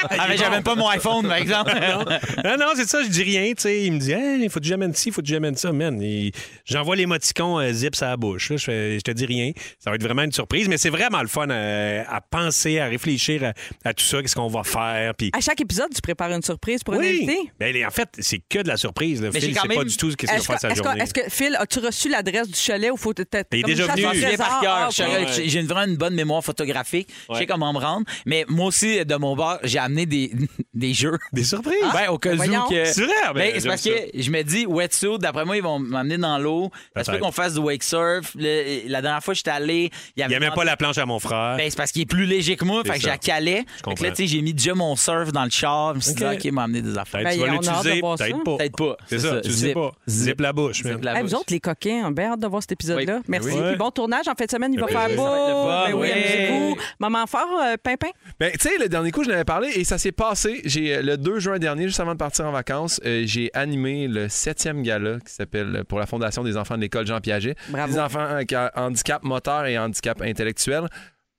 Ah, mais j'avais pas mon iPhone, par exemple. Ah, non, non, non, c'est ça, je dis rien. tu sais. Il me dit, il faut que tu j'amène ci, faut que tu j'amène ça. Man, il- j'envoie l'émoticon euh, zip à la bouche. là. je, fais- je te dis rien. Ça va être vraiment une surprise, mais c'est vraiment le fun euh, à, penser, à réfléchir à, à tout ça, qu'est-ce qu'on va faire. Puis À chaque épisode, tu prépares une surprise pour un oui. invité? Ben, en fait, c'est que de la surprise. Le Mais j'ai Phil, quand c'est pas même- du tout ce qu'il va Est-ce faire sa que- est-ce que, journée. est-ce que, Phil, as-tu reçu l'adresse du chalet ou faut t- t- Il est comme une déjà chasse au venu. Je viens trésor? par Ah, cœur. ok. Je- J'ai j'ai vraiment une bonne mémoire photographique. Je sais comment me rendre. Mais moi aussi, de mon bord, j'ai amené des, des jeux. Des surprises? Ah, ouais, au cas Ben où voyons. que. C'est vrai, ben, Ben, c'est parce j'aime que je me dis, wetsuit, d'après moi, ils vont m'amener dans l'eau. Ça se peut Peut-être. qu'on fasse du wake surf. Le- la dernière fois que j'étais allé, il y Il avait. n'y avait pas la planche à mon frère. Ben, c'est parce qu'il est plus léger que moi, C'est fait que ça. j'accalais. Fait que là, comprends. tu sais, j'ai mis déjà mon surf dans le char. Je me suis dit, Ok. OK, il m'a amené des affaires. Peut-être tu vas Ben, on a hâte de l'utiliser, voir ça. peut-être pas. Peut-être pas. C'est ça, tu le sais Zip. pas. Zip la bouche, man. Zip la Hey, vous bouche. autres, les coquins, on a bien hâte de voir cet épisode-là. Merci. Ben oui. Puis bon tournage. En fin de semaine, il va Ça faire va beau. être le fun, Ben oui, oui. amusez-vous. Maman fort, euh, Pimpin. Ben, tu sais, le dernier coup, je n'avais parlé et ça s'est passé. J'ai euh, le 2 juin dernier, juste avant de partir en vacances, euh, j'ai animé le septième gala qui s'appelle euh, pour la Fondation des enfants de l'école Jean Piaget. Bravo. Des enfants avec euh, handicap moteur et handicap intellectuel.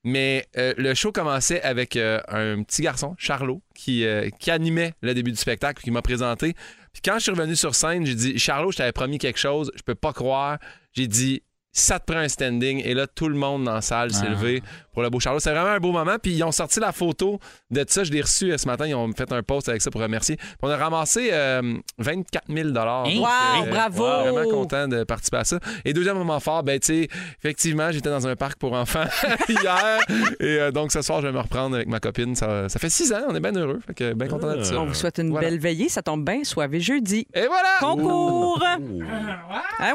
Mais euh, le show commençait avec euh, un petit garçon, Charlot, qui, euh, qui animait le début du spectacle, qui m'a présenté. Puis quand je suis revenu sur scène, j'ai dit Charlot, je t'avais promis quelque chose, je peux pas croire. J'ai dit ça te prend un standing. Et là, tout le monde dans la salle s'est levé pour le beau Charlot. C'est vraiment un beau moment. Puis ils ont sorti la photo de ça. Je l'ai reçu euh, ce matin. Ils ont fait un post avec ça pour remercier. Puis on a ramassé euh, 24 000 Hein? Donc, euh, Wow, bravo! Vraiment content de participer à ça. Et deuxième moment fort, ben, tu sais, effectivement, j'étais dans un parc pour enfants hier. Et euh, donc, ce soir, je vais me reprendre avec ma copine. Ça, ça fait six ans. On est bien heureux. Fait que bien content de ça. On vous souhaite une Voilà. belle veillée. Ça tombe bien. Soivez jeudi. Et voilà! Concours! Ah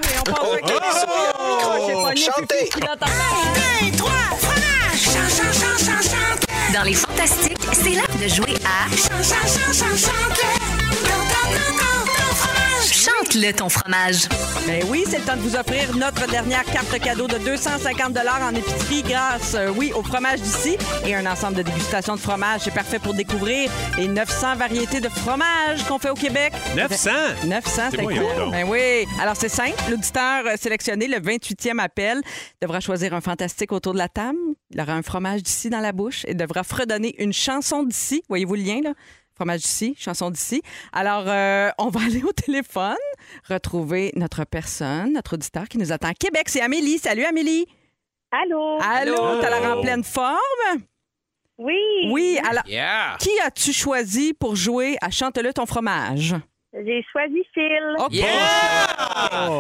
oui, on passe avec les sourires au micro. J'ai pogné Fufu qui l'entend. Dans les fantastiques, c'est l'heure de jouer à Chante-le ton fromage. Ben oui, c'est le temps de vous offrir notre dernière carte cadeau de 250 en épicerie grâce, euh, oui, au fromage d'ici et un ensemble de dégustations de fromage. C'est parfait pour découvrir les 900 variétés de fromage qu'on fait au Québec. 900? 900, c'est voyons cool. donc. Ben oui. Alors, c'est simple. L'auditeur euh, sélectionné, le 28e appel, devra choisir un fantastique autour de la table. Il aura un fromage d'ici dans la bouche et devra fredonner une chanson d'ici. Voyez-vous le lien, là? Fromage d'ici, chanson d'ici. Alors, euh, on va aller au téléphone, retrouver notre personne, notre auditeur qui nous attend à Québec. C'est Amélie. Salut, Amélie. Allô? Allô, t'as l'air en pleine forme? Oui. Oui, alors, Yeah! qui as-tu choisi pour jouer à Chante-le ton fromage? J'ai choisi Phil. OK.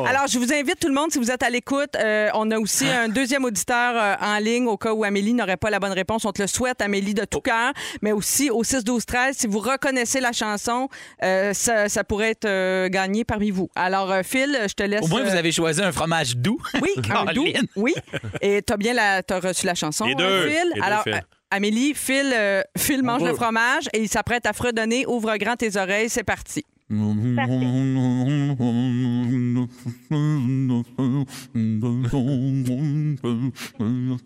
Alors, je vous invite tout le monde, si vous êtes à l'écoute, euh, on a aussi Hein? un deuxième auditeur euh, en ligne au cas où Amélie n'aurait pas la bonne réponse. On te le souhaite, Amélie, Oh. de tout cœur. Mais aussi au 6-12-13, si vous reconnaissez la chanson, euh, ça, ça pourrait être euh, gagné parmi vous. Alors, euh, Phil, je te laisse. Au moins, vous euh, avez choisi un fromage doux. Oui, un doux. Mhm. Caroline. Oui. Et t'as bien la, t'as reçu la chanson, Les hein, deux. Phil. Les deux, Alors, Phil. euh, Amélie, Phil, euh, Phil mange le fromage et il s'apprête à fredonner. Ouvre grand tes oreilles, c'est parti.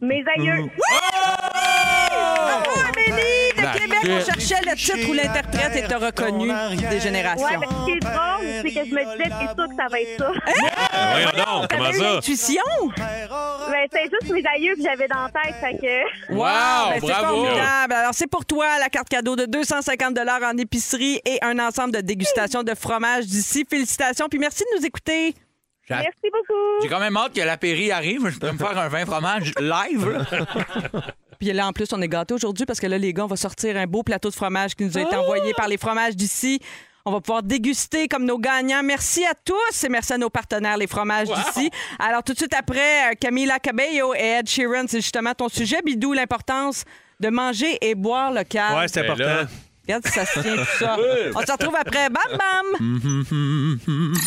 Mes aïeux. Bravo, Amélie de Ben, Québec, on cherchait le titre où l'interprète était reconnu des Ouais, générations. ben, ce qui est drôle, c'est que je me disais, c'est sûr que ça va être ça. Ben, voyons donc, comment T'avais eu ça? l'intuition? ben, c'est juste mes aïeux que j'avais dans la tête, fait que... Wow, ben, c'est formidable. Alors, c'est pour toi la carte cadeau de 250 en épicerie et un ensemble de dégustations de fromage d'ici. Félicitations, puis merci de nous écouter. J'a- Merci beaucoup. J'ai quand même hâte que l'apéri arrive. Je peux me faire un vin fromage live. là. Puis là, en plus, on est gâtés aujourd'hui parce que là, les gars, on va sortir un beau plateau de fromage qui nous a été Ah! envoyé par les fromages d'ici. On va pouvoir déguster comme nos gagnants. Merci à tous et merci à nos partenaires, les fromages d'ici. Alors, tout de suite après, euh, Camila Cabello et Ed Sheeran, c'est justement ton sujet, Bidou, l'importance de manger et boire local. Ouais, c'est important. Ben là- Regarde si ça se tient tout ça. On se retrouve après. Bam, bam!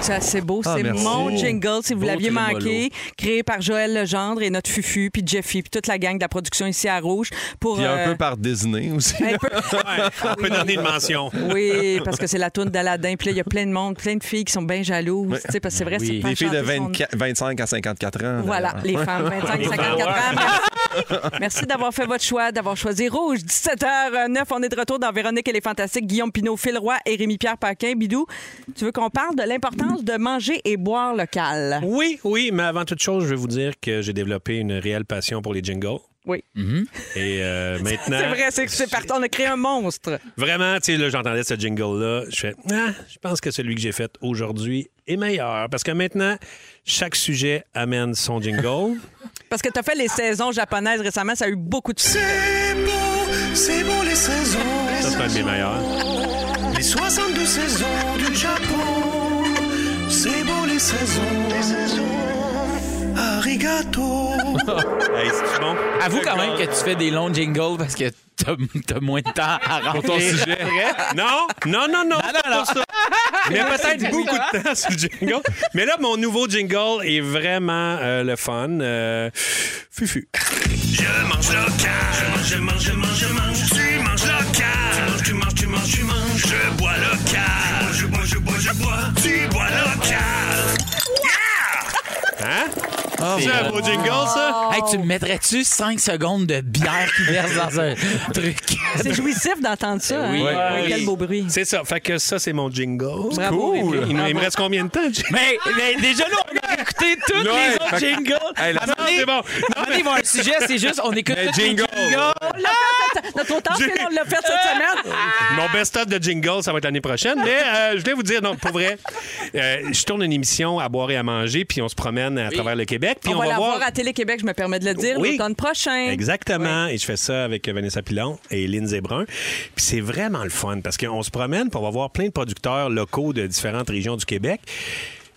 Ça, c'est beau. Ah, c'est merci. mon jingle, si vous Beau l'aviez trémolo. manqué, créé par Joël Legendre et notre Fufu, puis Jeffy, puis toute la gang de la production ici à Rouge. Pour, Puis un euh, peu par Disney aussi. un peu- Ouais, on peut donner une mention. Oui, parce que c'est la toune d'Aladin. Puis là, il y a plein de monde, plein de filles qui sont bien jalouses. Tu sais, Parce Ah que c'est vrai, Oui. c'est pas Des filles de chanter son- 24 25 à 54 ans. Voilà, d'ailleurs. les femmes, 25, 54 ans. merci. Merci d'avoir fait votre choix, d'avoir choisi Rouge. 17h09, on est de retour dans Véronique et les Fantastiques. Guillaume Pinot, Phil Roy et Rémi-Pierre Paquin. Bidou, tu veux qu'on parle de l'importance de manger et boire local? Oui, oui, mais avant toute chose, je vais vous dire que j'ai développé une réelle passion pour les jingles. Oui. Et euh, Ben, maintenant. C'est vrai, c'est- c'est parti. On a créé un monstre. Vraiment, tu sais, là, j'entendais ce jingle-là. Je fais, ah, je pense que celui que j'ai fait aujourd'hui est meilleur. Parce que maintenant, chaque sujet amène son jingle. Parce que tu as fait les saisons japonaises récemment, ça a eu beaucoup de C'est beau, c'est beau les saisons. Ça, c'est un de mes meilleurs. Les 62 saisons du Japon, c'est beau les saisons. Les saisons. Arigato. Avoue quand même que tu fais des longs jingles parce que t'as t'as moins de temps à rentrer. Pour ton sujet. Non, non, non, non, c'est pas pour ça. Mais peut-être beaucoup de temps sur le jingle. Mais là, mon nouveau jingle est vraiment euh, le fun. Euh, fufu. Je mange local. Je mange, je mange, je mange. Tu manges local. Tu manges, tu manges, tu manges. tu manges. Je bois local. Je bois, je bois, je bois. Tu bois local. Hein? C'est un beau jingle, Oh. ça? Hey, tu me mettrais-tu 5 secondes de bière qui verse dans un truc? C'est jouissif d'entendre ça. hein? Eh Ouais. Quel beau bruit. C'est ça. Fait que ça, c'est mon jingle. Bravo, Cool. Rémi. Il, me- il me Bravo. reste combien de temps? Mais, déjà, là, on a écouté tous Ouais. les autres Fait que- jingles. Hey, là, À un moment donné- c'est bon. Non, à un moment donné, il va y avoir un sujet, c'est juste, on écoute Mais tous les jingle. jingles. Notre auteur, J'ai- Ah! Phil, on l'a fait cette semaine. Mon best-of de jingle, ça va être l'année prochaine. Mais euh, je voulais vous dire, non, pour vrai, euh, je tourne une émission à boire et à manger, puis on se promène à travers le Québec. Puis on, on, va, la voir. voir à Télé-Québec, je me permets de le dire, Oui. l'automne prochain. Exactement. Et je fais ça avec Vanessa Pilon et Lynn Brun. Puis c'est vraiment le fun parce qu'on se promène, puis on va voir plein de producteurs locaux de différentes régions du Québec.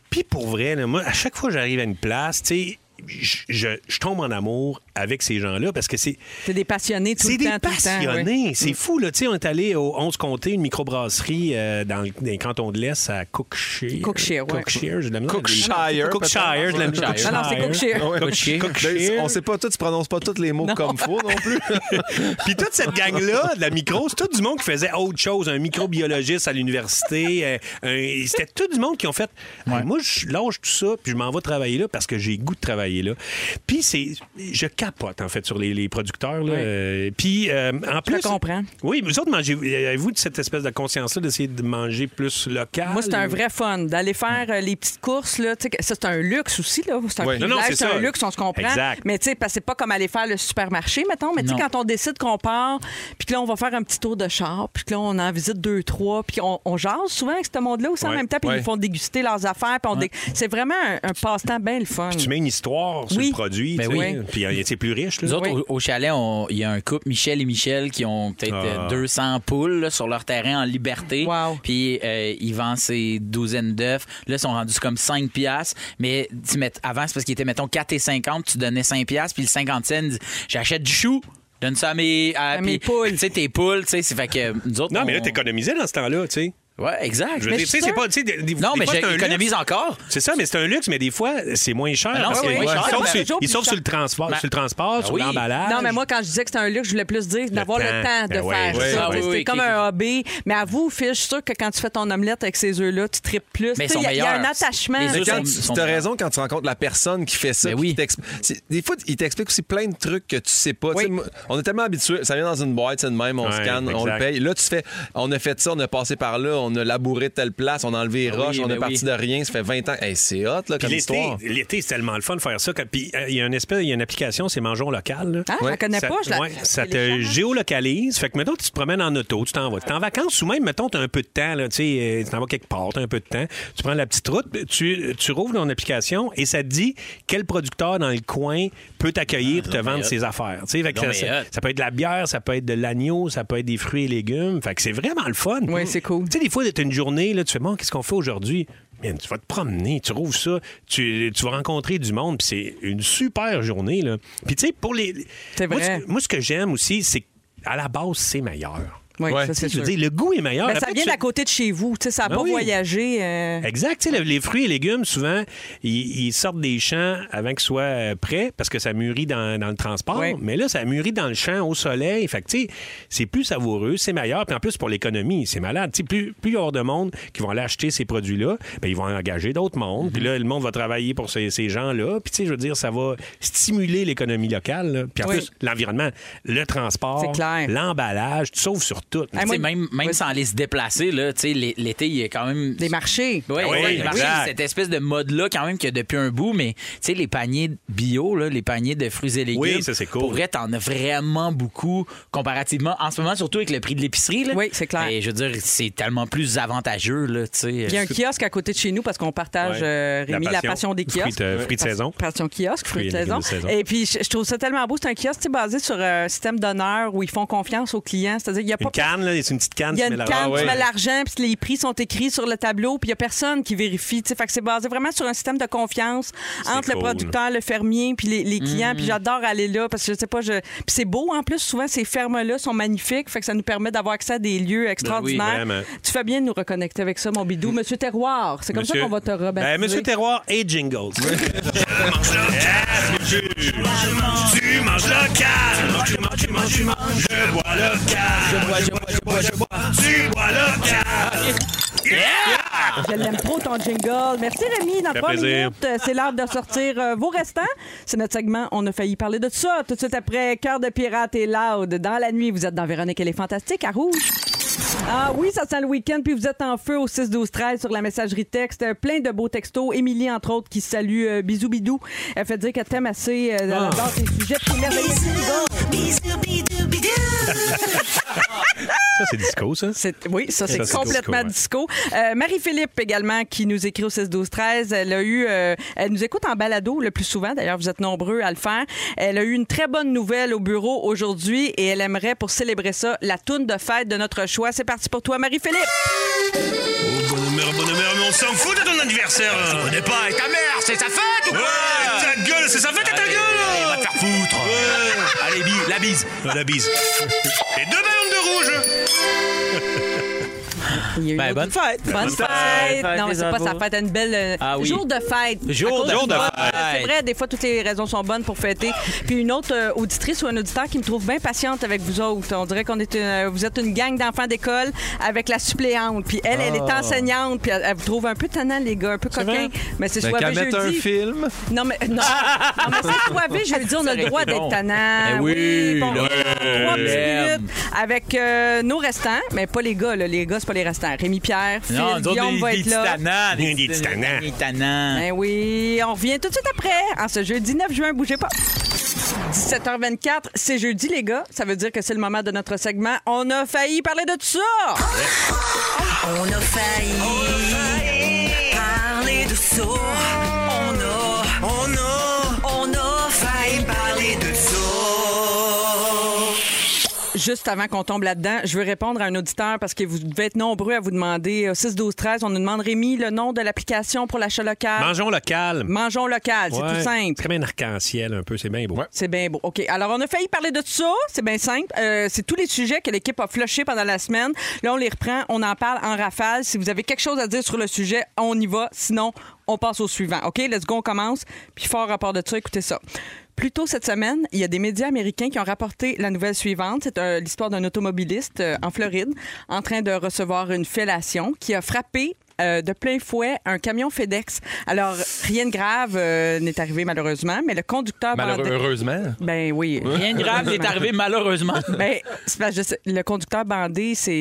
Puis pour vrai, là, moi, à chaque fois que j'arrive à une place, tu sais, je, je- je tombe en amour avec ces gens-là parce que c'est. C'est des passionnés tout C'est le des temps. Mm. tout le temps, passionnés. oui. C'est fou, là. Tu sais, on est allé au 11 Comté, une microbrasserie euh, dans, le- dans les cantons de l'Est à Cookshire. Cookshire, ouais. Cookshire, je l'aime Cookshire. Cookshire, je l'aime peut-être. Ah non, c'est Cookshire. Ouais. Cookshire. Ben, On sait pas tous, tu prononces pas tous les mots comme faux non plus. Puis toute cette gang-là, de la micro, c'est tout du monde qui faisait autre chose. Un microbiologiste à l'université. euh, un- C'était tout du monde qui ont fait Hey, Moi, je lâche tout ça, puis je m'en vais travailler là parce que j'ai goût de travailler là. Puis c'est. Je capote, en fait, sur les, les producteurs. Là. Euh, Puis euh, en plus. comprends. Oui, vous autres, mangez, avez-vous de cette espèce de conscience-là d'essayer de manger plus local? Moi, c'est un vrai fun d'aller faire euh, les petites courses. Là, tu sais, que- ça, c'est un luxe aussi. Là. C'est un Ouais. Non, non, privilège, c'est c'est ça. un luxe, on se comprend. Exact. Mais tu sais, parce que c'est pas comme aller faire le supermarché, mettons. Mais tu sais, Non. quand on décide qu'on part, puis que là, on va faire un petit tour de char, puis que là, on en visite deux, trois, puis on, on jase souvent avec ce monde-là aussi en Ouais. même temps, puis ils Ouais. nous font déguster leurs affaires. puis on dé- C'est vraiment un, un passe-temps bien le fun. Tu mets une histoire sur Oui. le produit, Ben tu sais, oui. puis euh, c'est plus riche. Là. Nous autres, au, au chalet, on- il y a un couple, Michel et Michel, qui ont peut-être Ah. euh, 200 poules là, sur leur terrain en liberté. Puis euh, ils vendent ces douzaines d'œufs. Là, ils sont rendus comme 5 piastres. Mais tu mets- avant, c'est parce qu'ils étaient, mettons, 4 et 50. Tu donnais 5 piastres. Puis le 50 cents, dit, j'achète du chou. Donne ça à mes, à- puis, Tu sais, tes poules. Tu sais, c'est fait que nous autres. Non, mais là, t'économisais dans ce temps-là, tu sais. Ouais, exact. Je veux Mais dire, je tu sais, suis c'est sûr. pas. tu sais, des- des- Non, des mais fois, c'est un j'économise luxe. encore. C'est ça, mais c'est un luxe, mais des fois, c'est moins cher. Ah non, parce c'est que- moins ils cher. sauvent Ben, sur- toujours Ils plus sauvent sur le cher. transport, Ben, sur le transport, ben sur oui. l'emballage. Non, mais moi, quand je disais que c'était un luxe, je voulais plus dire d'avoir le temps. temps de Ben ouais, faire ouais, ça. ouais. Tu sais, Oui, c'est oui, comme qui- un hobby. Mais avoue, Phil, je suis sûre que quand tu fais ton omelette avec ces œufs-là, tu tripes plus. Mais Tu sais, ils sont Il y, a- il y a un meilleurs. attachement. Mais quand tu- t'as raison quand tu rencontres la personne qui fait ça. Ben puis qui t'exp- c'est- Des fois, il t'explique aussi plein de trucs que tu sais pas. Tu sais, moi, On est tellement habitué. Ça vient dans une boîte, c'est de même, on Ouais, scanne, on exact. le paye. Là, tu fais, on a fait ça, on a passé par là, on a labouré telle place, on a enlevé les Ah roches, oui, on est ben parti oui. de rien. Ça fait 20 ans. Hey, c'est hot, là, Puis comme l'été, histoire. l'été, c'est tellement le fun de faire ça. que- Puis euh, il y a une espèce, il y a une application, c'est Mangeons local. là. Ah, je la connais ça, pas, je la- ouais, je la ça te géolocalise. Fait que mettons, tu te promènes en auto, tu t'en vas. Tu t'es en vacances ou même, mettons, tu as un peu de temps, là, tu sais, euh, tu t'en vas quelque part, tu as un peu de temps. Tu prends la petite route, ben, tu, tu rouvres ton application et ça te dit quel producteur dans le coin peut t'accueillir pour te Ah, non, mais vendre hot. ses affaires. Tu sais, fait que Non, ça, mais ça- hot. ça peut être de la bière, ça peut être de l'agneau, ça peut être des fruits et légumes. Fait que c'est vraiment le fun. Oui, c'est cool. Tu sais, des fois, t'as une journée, là, tu fais, bon, qu'est-ce qu'on fait aujourd'hui? Man, tu vas te promener, tu rouvres ça, tu, tu vas rencontrer du monde, puis c'est une super journée. Là. Puis tu sais, pour les. C'est Moi, vrai. ce- Moi, ce que j'aime aussi, c'est qu'à la base, c'est meilleur. Oui, ça, c'est Je veux sûr. dire, le goût est meilleur. Ben, Après, ça vient tu- d'à côté de chez vous. Tu sais, ça n'a Ben pas oui. voyagé. euh, Exact. Tu sais, le- les fruits et légumes, souvent, ils, ils sortent des champs avant qu'ils soient euh, prêts parce que ça mûrit dans, dans le transport. Mais là, ça mûrit dans le champ, au soleil. Fait que, tu sais, c'est plus savoureux, c'est meilleur. Puis en plus, pour l'économie, c'est malade. Tu sais, plus, plus il y aura de monde qui vont aller acheter ces produits-là, ben, ils vont engager d'autres mondes. Mm-hmm. Puis là, le monde va travailler pour ces, ces gens-là. Puis, tu sais, je veux dire, ça va stimuler l'économie locale. là. Puis en Oui. plus, l'environnement, le transport, C'est clair. l'emballage, tu sauves sur tout. Tu sais, même même sans aller se déplacer, là, tu sais, l'é- l'été, il y a quand même. Des marchés. Oui, Ah oui, des marchés. exact. Cette espèce de mode-là, quand même, qu'il y a depuis un bout, mais tu sais, les paniers bio, là, les paniers de fruits et légumes. Oui, ça, c'est cool. Pour vrai, t'en as vraiment beaucoup comparativement. En ce moment, surtout avec le prix de l'épicerie. Oui, c'est clair. Et je veux dire, c'est tellement plus avantageux, là, tu sais. euh, Il y a un kiosque à côté de chez nous parce qu'on partage, Ouais. euh, Rémi, la La passion, passion. des Fruits, kiosques. euh, fruits de Pas- saison. Passion kiosque, fruits, Fruits de et saison. légumes de saison. Et puis, je, je trouve ça tellement beau. C'est un kiosque tu sais, basé sur euh, un système d'honneur où ils font confiance aux clients. C'est-à-dire, il y a pas. Une canne, là, c'est une petite canne. Il y a tu une mets la- canne, Ah ouais. tu mets l'argent, puis les prix sont écrits sur le tableau, puis il n'y a personne qui vérifie. tu sais. Fait que c'est basé vraiment sur un système de confiance entre le cool. producteur, le fermier, puis les, les clients. Puis j'adore aller là parce que je sais pas. Je... Puis c'est beau en plus. Souvent, ces fermes-là sont magnifiques. Fait que ça nous permet d'avoir accès à des lieux extraordinaires. Ben vraiment. tu fais bien de nous reconnecter avec ça, mon bidou. Monsieur Terroir, c'est comme ça Monsieur- qu'on va te rebaptiser. Ben, Monsieur Terroir et Jingles. Tu manges local. Tu manges, tu manges, tu manges. Je bois local. Je bois, je bois, je bois, je bois. Tu bois local. Je l'aime trop ton jingle. Merci Rémi. Dans fait trois plaisir. minutes, euh, c'est l'heure de sortir euh, vos restants. C'est notre segment. On a failli parler de ça tout de suite après Cœur de pirate et Loud. Dans la nuit, vous êtes dans Véronique elle est fantastique à rouge. Ah oui, ça sent le week-end, puis vous êtes en feu au 6 12 13 sur la messagerie texte. Euh, Plein de beaux textos. Émilie, entre autres, qui salue euh, Bisous Bidou. Elle fait dire qu'elle t'aime assez. euh, Elle Ah. adore tes sujets. puis merveilleux. Bisous, bisous, Ça, c'est disco, ça? Oui, ça, c'est complètement disco. Euh, Marie-Philippe également, qui nous écrit au 16-12-13, elle a eu, euh, elle nous écoute en balado le plus souvent. D'ailleurs, vous êtes nombreux à le faire. Elle a eu une très bonne nouvelle au bureau aujourd'hui et elle aimerait, pour célébrer ça, la toune de fête de notre choix. C'est parti pour toi, Marie-Philippe. Bonne humeur, bonne humeur, mais on s'en fout de ton anniversaire. On n'est pas avec ta mère, c'est sa fête ou quoi Ta gueule, c'est sa fête à ta gueule Va te faire foutre. Allez, bise, la bise. La bise. Et deux ballons de rouge. Ben, bonne fête! Bonne fête! Non, c'est pas sa fête, une belle euh, Ah oui. jour de fête. Jour À cause de- jour de moi, fête. C'est vrai, des fois, toutes les raisons sont bonnes pour fêter. Puis une autre euh, auditrice ou un auditeur qui me trouve bien patiente avec vous autres. On dirait qu'on est une, euh, vous êtes une gang d'enfants d'école avec la suppléante. Puis elle, elle est Ah. enseignante. Puis elle, elle vous trouve un peu tannant, les gars, un peu coquin. vrai? Mais c'est Ben, soivé qu'elle jeudi. mette un film. Non, mais, non. Non, mais c'est soivé jeudi, on a le droit d'être tannant. Eh oui, puis on- là, trois petites l'aime. minutes avec euh, nos restants, mais pas les gars, là. les gars, c'est pas les restants. Rémi Pierre, Phil, Non, nous autres, Guillaume des- va des être là. titanants, des Des titanants. Des titanants. Ben oui, on revient tout de suite après, en ce jeudi 9 juin, bougez pas. 17h24, c'est jeudi, les gars. Ça veut dire que c'est le moment de notre segment. On a failli parler de tout ça! On a failli, parler de ça. On a, on a, on a failli parler de ça. Juste avant qu'on tombe là-dedans, je veux répondre à un auditeur parce que vous devez être nombreux à vous demander. euh, 6, 12, 13, on nous demande, Rémi, le nom de l'application pour l'achat local. Mangeons local. Mangeons local, c'est Ouais. tout simple. C'est comme un arc-en-ciel un peu, c'est bien beau. C'est bien beau. OK. Alors, on a failli parler de tout ça. C'est bien simple. Euh, c'est tous les sujets que l'équipe a flushés pendant la semaine. Là, on les reprend. On en parle en rafale. Si vous avez quelque chose à dire sur le sujet, on y va. Sinon, on passe au suivant. OK? Let's go, on commence. Puis, fort rapport de ça, écoutez ça. Plus tôt cette semaine, il y a des médias américains qui ont rapporté la nouvelle suivante. C'est euh, l'histoire d'un automobiliste euh, en Floride en train de recevoir une fellation qui a frappé euh, de plein fouet un camion FedEx. Alors, rien de grave euh, n'est arrivé malheureusement, mais le conducteur... Malheureux- bandait- heureusement. Ben oui. Rien de grave n'est arrivé, malheureusement. Ben, c'est parce que je sais- le conducteur bandé s'est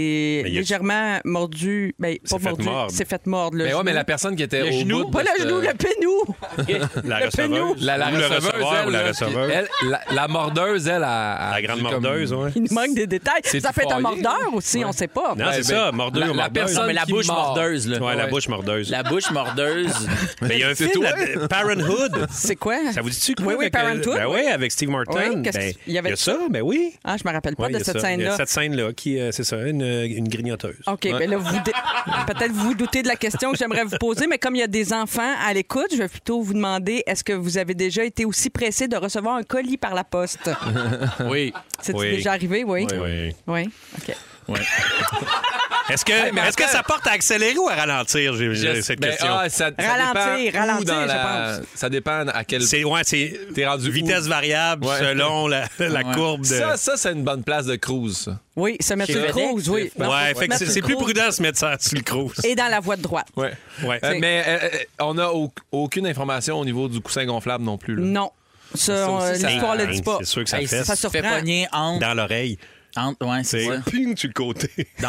Mais il a- légèrement mordu. Ben, pas fait mordu. mordre. C'est fait mordre. le Mais Ben ouais, mais genou. la personne qui était Le au genou, bout de pas le cette- genou, le pénou. La Le receveuse. pénou. La, la Ou le receveuse, receveur elle, ou la là, receveuse. elle, la, la mordeuse, elle, a, La grande mordeuse, ouais. Il nous manque des détails. C'est Ça peut être un foyer. mordeur aussi, on sait pas. Non, c'est ça, mordeux ou mordeuse. personne Non, mais la qui bouche mord. mordeuse, là. Ouais, la Ouais. bouche mordeuse. La bouche mordeuse. Mais il y a un C'est film, toi. là- Parenthood. C'est quoi? Ça vous dit-tu quoi? Oui, oui, avec, euh, Parenthood, Ben oui. oui, avec Steve Martin. Oui, qu'est-ce Ben, qu'il il y y avait a de ça, ben oui. Ah, je me rappelle pas Ouais, il y de a cette ça. Il y a scène-là. cette scène-là qui, euh, c'est ça, une, euh, une grignoteuse. OK, ben là, vous dé- peut-être vous vous doutez de la question que j'aimerais vous poser, mais comme il y a des enfants à l'écoute, je vais plutôt vous demander est-ce que vous avez déjà été aussi pressé de recevoir un colis par la poste? Oui. C'est déjà arrivé, oui? Oui, oui. Oui, OK. Est-ce que, Hey, mais est-ce que attends. ça porte à accélérer ou à ralentir, j'ai- j'ai Je- Euh, cette ben, question? ah, ça- ça Ralentir, dépend où ralentir, dans je la- pense. Ça dépend à quel... C'est, ouais, c'est vitesse variable Ouais. selon la, la Ouais. courbe de... Ça, ça c'est une bonne place de cruise. ça. Oui, se mettre Chez sur le FedEx, cruise, oui. c'est- Non, Ouais, faut fait que mettre c'est- sur c'est le plus cruise. prudent de se mettre ça sur le cruise. Et dans la voie de droite. Ouais. Euh, mais euh, euh, on n'a au- aucune information au niveau du coussin gonflable non plus. là. Non. Ça, Ça aussi, euh, ça- l'histoire ne le dit Hey, pas. c'est sûr que ça Hey, fait- si tu te fais pogner entre. Dans l'oreille. Entre, ouais, c'est ça. ping sur le côté.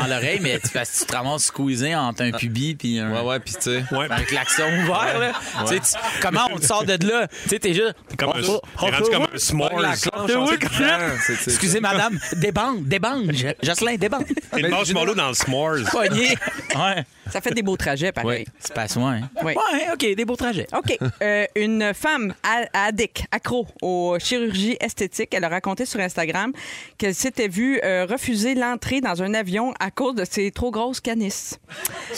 Dans l'oreille, mais tu, parce que tu te ramasses squeezé entre un pubis puis un. Ouais, ouais, puis tu sais. Ouais. Un klaxon ouvert, là. Ouais. Tu sais, tu- comment on te sort de là? Tu sais, t'es juste. T'es comme un- Oh, oh, t'es rendu oh, comme oh, un s'mores. oh, la cloche, C'est on oui. sait que- C'est- c'est- Excusez, madame, débande, débande. Je- Jocelyn, débande. Il mange Marlowe dans le s'mores. Pogné. Ouais. Ça fait des beaux trajets, pareil. C'est pas soin. hein. Oui. Ouais, OK, des beaux trajets. OK. Euh, une femme a- addict, accro aux chirurgies esthétiques, elle a raconté sur Instagram qu'elle s'était vue euh, refuser l'entrée dans un avion à cause de ses trop grosses canisses.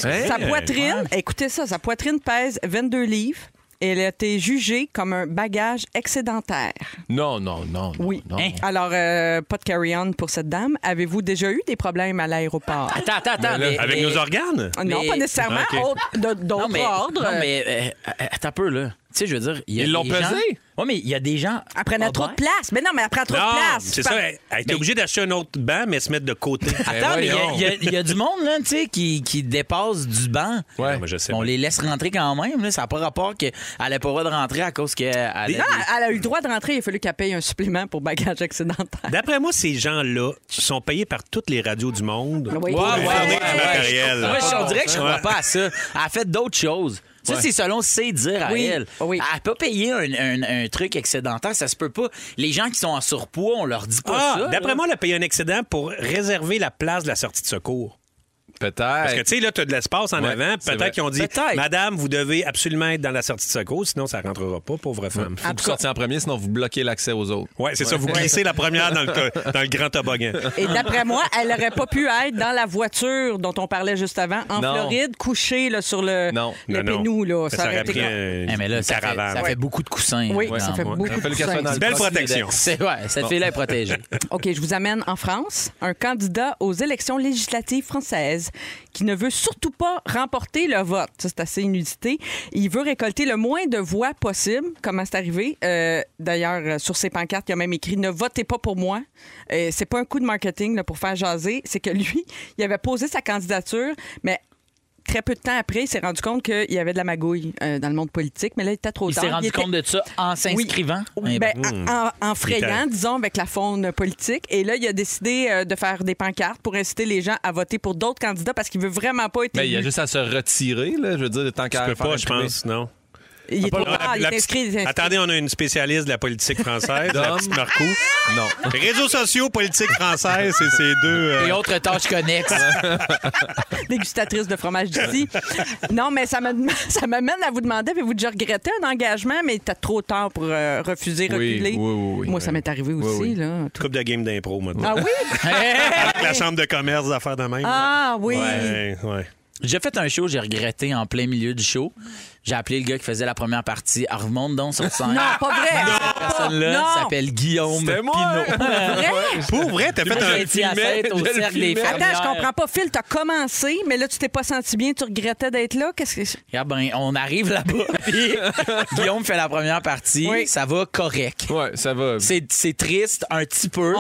Hey! Sa poitrine, écoutez ça, sa poitrine pèse 22 livres. et Elle a été jugée comme un bagage excédentaire. Non, non, non. non, Oui. non. Hein? Alors, euh, pas de carry-on pour cette dame. Avez-vous déjà eu des problèmes à l'aéroport? Attends, attends, attends. mais- avec mais- nos organes? Non, mais- pas nécessairement. Oh, Ah, ok. autre- de- D'autres Non, mais- ordres. Non, mais euh, euh, attends un peu, là. Tu sais, je veux dire, il y a Ils l'ont des gens- pesé? Ouais, mais il y a des gens. Elle prenait trop de place. Mais non, mais elle prend trop de place. Ah, Ben, c'est Tu ça. parles- Elle elle était obligée d'acheter un autre banc, mais se mettre de côté. Attends, mais il y a- il y, a- il y a du monde, là, tu sais, qui, qui dépasse du banc. Ouais. Non, mais je sais. On les laisse rentrer quand même, là. Ça n'a pas rapport qu'elle n'ait pas le droit de rentrer à cause qu'elle. a Non, elle a eu le droit de rentrer. Il a fallu qu'elle paye un supplément pour bagage accidental. D'après moi, ces gens-là sont payés par toutes les radios du monde. Oui. pour Ouais, fournir ouais, du ouais, matériel. Moi, je on dirait que je crois Ouais. pas à ça. Elle a fait d'autres choses. Ça, Ouais. c'est selon ses dires à Oui, elle. Elle peut payer un, un- un truc excédentaire, ça se peut pas. Les gens qui sont en surpoids, on leur dit pas Ah, ça. d'après là. moi, elle a payé un excédent pour réserver la place de la sortie de secours. Peut-être. Parce que, tu sais, là, tu as de l'espace en Ouais, avant. c'est vrai. Peut-être qu'ils ont dit, Peut-être. Madame, vous devez absolument être dans la sortie de secours, sinon ça ne rentrera pas, pauvre femme. Faut que vous sortiez en premier, sinon vous bloquez l'accès aux autres. Ouais, c'est ça, vous glissez la première dans le, co- dans le grand toboggan. Et d'après moi, elle n'aurait pas pu être dans la voiture dont on parlait juste avant, en Non. Floride, couchée là, sur le, le Non, non. pénou. Là. Ça, ça aurait con- pris un- Eh, mais là, une ça fait- caravane. ça fait beaucoup de coussins. Oui, là, ça dans- fait beaucoup Ça fait de le coussins. casson dans Belle le protection. C'est ouais, cette fille-là est protégée. OK, je vous amène en France. Un candidat aux élections législatives françaises qui ne veut surtout pas remporter le vote. Ça, c'est assez inusité. Il veut récolter le moins de voix possible. Comment c'est arrivé? Euh, D'ailleurs, euh, sur ses pancartes, il y a même écrit « Ne votez pas pour moi Euh, C'est pas un coup de marketing là, pour faire jaser. C'est que lui, il avait posé sa candidature, mais... Très peu de temps après, il s'est rendu compte qu'il y avait de la magouille euh, dans le monde politique, mais là, il était trop Il tard. s'est rendu était- compte de ça en s'inscrivant. ben, Eh ben, hmm. en, en- en frayant, Littéraire. disons, avec la faune politique. Et là, il a décidé euh, de faire des pancartes pour inciter les gens à voter pour d'autres candidats parce qu'il veut vraiment pas être Mais il y a élu. juste à se retirer, là, je veux dire, tant qu'à peux faire pas, je imprimer. pense, non. Il est trop tard, il est Ah, petite- inscrit. il est inscrit. Attendez, on a une spécialiste de la politique française, la Dom. petite Marco. Non. Réseaux sociaux, politique française, c'est ces deux. euh, Et ben, autres tâches connexes. Dégustatrice de fromage d'ici. non, mais ça me- ça m'amène à vous demander avez-vous déjà regretté un engagement, mais t'as trop tard pour euh, refuser, Oui, reculer? oui, oui, oui. Moi, ça m'est arrivé aussi. là. Coupe de game d'impro, moi. Ah oui? Avec la chambre de commerce, des affaires de même. Ah oui. Ouais, ouais. J'ai fait un show, j'ai regretté en plein milieu du show. J'ai appelé le gars qui faisait la première partie. Ah, remonte donc sur scène. Non, pas vrai! Cette personne-là Non! s'appelle Guillaume C'était moi! Pinot. Pour vrai? Pour vrai, t'as fait un film au je le cercle des filmais. Fermières. Attends, je comprends pas. Phil, t'as commencé, mais là, tu t'es pas senti bien, tu regrettais d'être là. Qu'est-ce que. Ah ben, on arrive là-bas. puis Guillaume fait la première partie. Ça va correct. Ouais, ça va. C'est c'est triste un petit peu,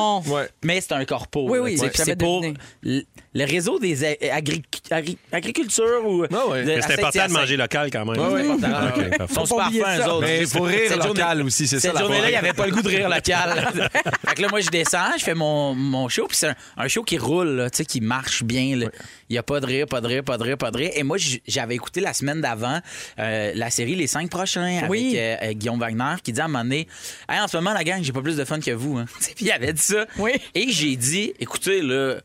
mais c'est un corpo. Oui, là, oui, tu sais, ouais. puis j'avais c'est pour l- le réseau des a- agri- agri- agriculture ou. de- Ah Mais à c'est important de Saint-Hyacinthe. manger local quand même. Ouais, ouais. Ah, ok, Ils parfait. sont super fins, eux autres. Mais Juste- faut rire cette journée- local aussi, c'est ça, Cette la journée-là, foire. il n'y avait pas le goût de rire local. fait que là, moi, je descends, je fais mon, mon show, puis c'est un, un show qui roule, là, tu sais, qui marche bien. là. Il n'y a pas de rire, pas de rire, pas de rire, pas de rire. Et moi, j- j'avais écouté la semaine d'avant euh, la série Les Cinq Prochains Oui. avec euh, euh, Guillaume Wagner qui dit à un moment donné Hey, En ce moment, la gang, j'ai pas plus de fun que vous. hein. Tu sais, Puis il avait dit ça. Et j'ai dit Écoutez, là.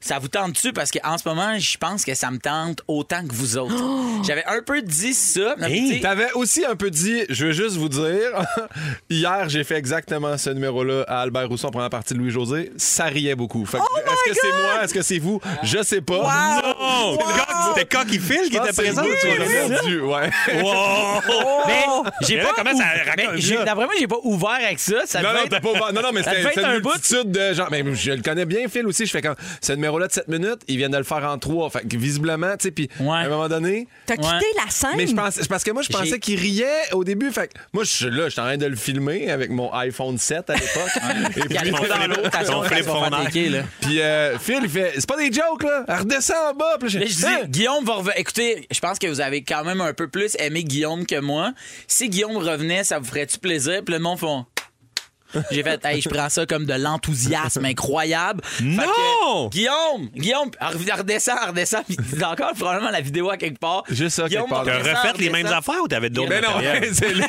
Ça vous tente dessus parce qu'en ce moment, je pense que ça me tente autant que vous autres. J'avais un peu dit ça. mais tu sais- T'avais aussi un peu dit, je veux juste vous dire, hier, j'ai fait exactement ce numéro-là à Albert Rousson, première partie de Louis-José. Ça riait beaucoup. Fait que, Oh est-ce que c'est moi? Est-ce que c'est vous? Je sais pas. Non! C'est le gars qui- C'était Coq qui file qui Je était pense que c'est présent. vous, tu tu vois, l'as là-dedans. perdu, ouais. Wow! Mais j'ai Mais pas là, comment ça ouv- raconte mais j'ai- ça? D'après moi, j'ai pas ouvert avec ça. ça non, devait non, être- t'as pas ouvert. Non, non, mais ça c'était devait c'était être une un bout. multitude de gens. Mais je le connais bien, Phil, aussi. Je fais comme. Ce numéro-là, numéro-là de 7 minutes, ils viennent de le faire en 3. Fait que visiblement, tu sais, puis à un moment donné. T'as quitté la scène? Mais je pense, c'est parce que moi, je pensais J'ai- qu'il riait au début. Fait que moi, je suis là, je suis en train de le filmer avec mon iPhone 7 à l'époque. Il y a les deux dans l'eau, t'as son frère, ils vont faire des quilles, là. Puis euh, Phil, il fait C'est pas des jokes, là. Elle redescend en bas. Puis là, Hein? Là, je dis, Guillaume va revenir. Écoutez, je pense que vous avez quand même un peu plus aimé Guillaume que moi. Si Guillaume revenait, ça vous ferait-tu plaisir? Puis le monde font. J'ai fait, hey, je prends ça comme de l'enthousiasme incroyable. Non! Guillaume, Guillaume, elle redescend, elle redescend, puis il dit encore probablement la vidéo à quelque part. Juste ça, Guillaume, quelque part. redescend, T'as refait les redescend. mêmes affaires ou t'avais de l'autre Mais non, matériel? Ben c'est là.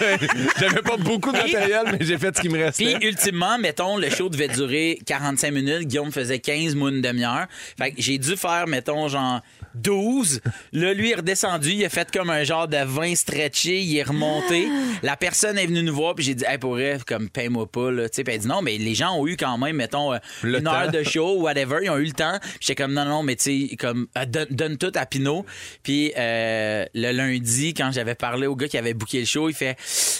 J'avais pas beaucoup de matériel, mais j'ai fait ce qui me restait. Puis, ultimement, mettons, le show devait durer 45 minutes. Guillaume faisait 15, moi, une demi-heure. Fait que j'ai dû faire, mettons, genre 12. Là, lui, il est redescendu. Il a fait comme un genre de 20 stretché. Il est remonté. La personne est venue nous voir. Puis, j'ai dit, hey, pour vrai, comme, paye-moi pas, là. Tu sais, puis elle dit, non, mais les gens ont eu quand même, mettons, euh, une temps. heure de show, whatever. Ils ont eu le temps. Puis J'étais comme, non, non, mais tu sais, comme, euh, donne, donne tout à Pinot. Puis, euh, le lundi, quand j'avais parlé au gars qui avait booké le show, il fait,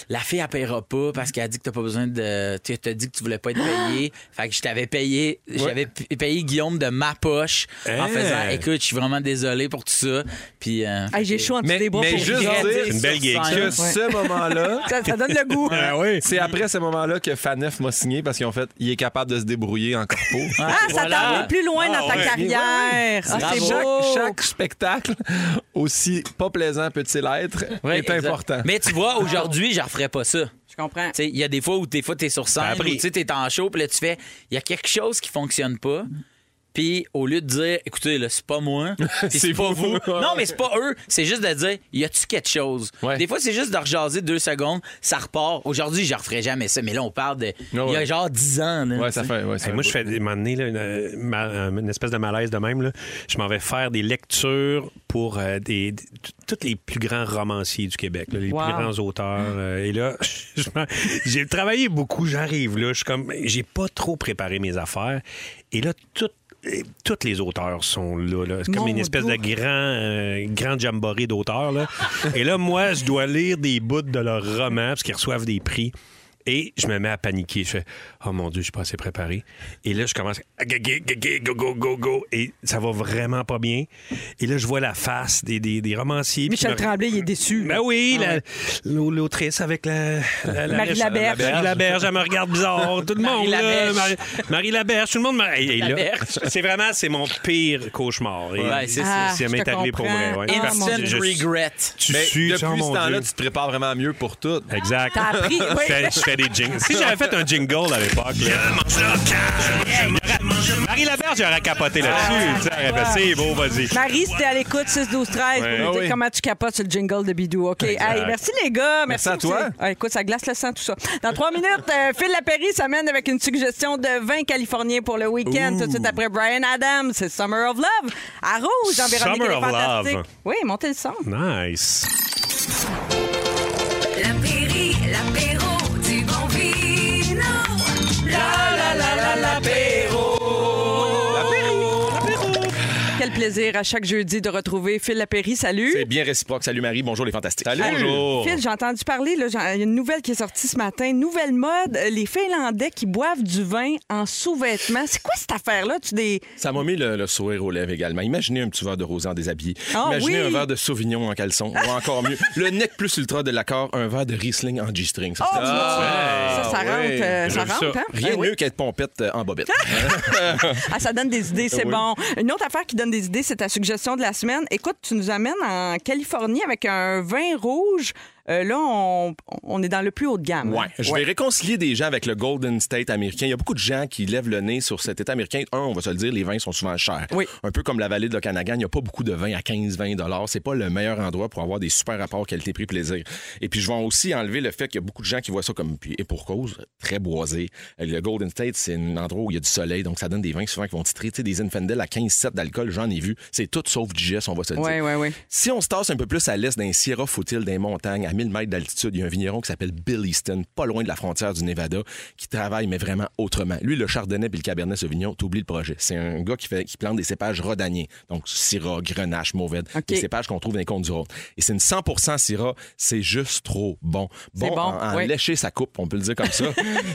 la fille, elle payera pas parce qu'elle a dit que t'as pas besoin de. Tu t'as dit que tu voulais pas être payé. fait que je t'avais payé. J'avais p- payé Guillaume de ma poche en Hey. faisant, écoute, je suis vraiment désolé pour tout ça. Puis. euh, Hey, j'ai chaud en dessous des bras mais pour juste dire regarder sur scène. que Ouais. ce moment-là, Ça- ça donne le goût. Ouais, ouais. C'est après ce moment-là que Fanef m'a signé parce qu'ils ont fait, il est capable de se débrouiller en corpo. Ah, ça t'a amené plus loin dans ta carrière. Ah, c'est chaque, beau. Oh! chaque spectacle, aussi pas plaisant peut-il être, Ouais, est exact. important. Mais tu vois, aujourd'hui, je referais pas ça. Je comprends. Il y a des fois où des fois, t'es sur scène, ou, tu sais, t'es en show, puis là, tu fais, il y a quelque chose qui fonctionne pas. Puis au lieu de dire, écoutez, là, c'est pas moi, puis c'est pas vous. Non, mais c'est pas eux. C'est juste de dire, y a-tu quelque chose? Des fois, c'est juste de rejaser deux secondes, ça repart. Aujourd'hui, je referais jamais ça. Mais là, on parle de. Il y a genre 10 ans. là, tu sais. Hey, moi, je fais des- m'en donné, là, une, euh, ma- euh, une espèce de malaise de même. là. Je m'en vais faire des lectures pour euh, des, des- t- tous les plus grands romanciers du Québec, là, les Wow. plus grands auteurs. euh, et là, je m'en- j'ai travaillé beaucoup. J'arrive là, je suis comme, j'ai pas trop préparé mes affaires. Et là, tout et tous les auteurs sont là. là. C'est comme Mon une espèce de Dieu. grand, euh, grand jamboree d'auteurs. là. Et là, moi, je dois lire des bouts de leurs romans parce qu'ils reçoivent des prix. Et je me mets à paniquer. Je fais Oh mon Dieu, je suis pas assez préparé. Et là, je commence Go, go, go, go, go. Et ça va vraiment pas bien. Et là, je vois la face des, des, des romanciers. puis Michel je me- Tremblay, il est déçu. Ben oui, Ah la- ouais. l'au- l'autrice avec la, la, la- Marie Laberge. Marie Laberge, elle me regarde bizarre. Tout le Marie monde, là, Laberge. Marie, Marie Laberge, tout le monde. me- Et- et là, Laberge. c'est vraiment, c'est mon pire cauchemar. Et- Ouais, c'est ça. ça. Ah, je m'est te arrivé pour comprends. vrai. ouais. Instant Parce que je- regret. Tu Mais suis, depuis oh mon ce temps-là, Dieu. tu te prépares vraiment mieux pour tout. Exact. T'as appris, oui. je, fais, je fais des jingles. Si j'avais fait un jingle à l'époque, là, Marie Laberge, j'aurais capoté là-dessus. tu sais, elle aurait fait, c'est beau, vas-y. Marie, si t'es à l'écoute, 6, 12, 13, Ouais. pour nous Ah dire oui. comment tu capotes sur le jingle de Bidou. OK. Exact. Hey, merci, les gars. Merci, Merci à toi. aussi. Ah, écoute, ça glace le sang, tout ça. Dans trois minutes, euh, Phil Lapéry s'amène avec une suggestion de vin californien pour le week-end. Tout de suite après Brian Adams, c'est Summer of Love. À Rouge, dans Véronique, Summer elle est of Love. fantastique. Oui, montez le son. Nice. La Pairie, l'apéro du bon vino. La la la la l'apéro. Ah Quel plaisir à chaque jeudi de retrouver Phil Lapéry. Salut. C'est bien réciproque. Salut Marie, bonjour les fantastiques. Salut. Phil, j'ai entendu parler, là, j'en- il y a une nouvelle qui est sortie ce matin. Nouvelle mode, euh, les Finlandais qui boivent du vin en sous-vêtements. C'est quoi cette affaire-là? Tu des... Ça m'a mis le, le sourire aux lèvres également. Imaginez un petit verre de rosé en déshabillé. Ah, Imaginez oui. un verre de sauvignon en caleçon. Ou encore mieux, le nec plus ultra de l'accord, un verre de Riesling en G-string. Ça, Ah! Oh, c'est- mon Dieu. Ça, ça rentre, euh, J'ai ça vu rentre, hein? Rien Ah, de oui. mieux qu'être pompette euh, en bobette. Ah, ça donne des idées, c'est Oui. bon. Une autre affaire qui donne des idées, c'est ta suggestion de la semaine. Écoute, tu nous amènes en Californie avec un vin rouge. Euh, là, on, on est dans le plus haut de gamme. Ouais. Je vais réconcilier des gens avec le Golden State américain. Il y a beaucoup de gens qui lèvent le nez sur cet État américain. Un, on va se le dire, les vins sont souvent chers. Un peu comme la vallée de l'Okanagan, il n'y a pas beaucoup de vins à 15-20 dollars. C'est pas le meilleur endroit pour avoir des super rapports qualité-prix-plaisir. Et puis, je vais aussi enlever le fait qu'il y a beaucoup de gens qui voient ça comme, puis- et pour cause, très boisé. Euh, Le Golden State, c'est un endroit où il y a du soleil, donc ça donne des vins souvent qui vont titrer. Tu sais, des Infandel à 15-7 d'alcool, j'en ai vu. C'est tout sauf du geste, on va se le Ouais, dire. ouais, ouais. Si on se tasse un peu plus à l'est d'un Sierra faut-il des montagnes, à 1000 mètres d'altitude. Il y a un vigneron qui s'appelle Bill Easton, pas loin de la frontière du Nevada, qui travaille, mais vraiment autrement. Lui, le chardonnay puis le cabernet sauvignon, t'oublies le projet. C'est un gars qui, fait, qui plante des cépages rodaniens, donc Syrah, Grenache, Mauvais, des cépages qu'on trouve dans les comptes du Rhône. Et c'est une 100 Syrah, c'est juste trop bon. C'est Bon, bon, en, en oui. lécher sa coupe, on peut le dire comme ça.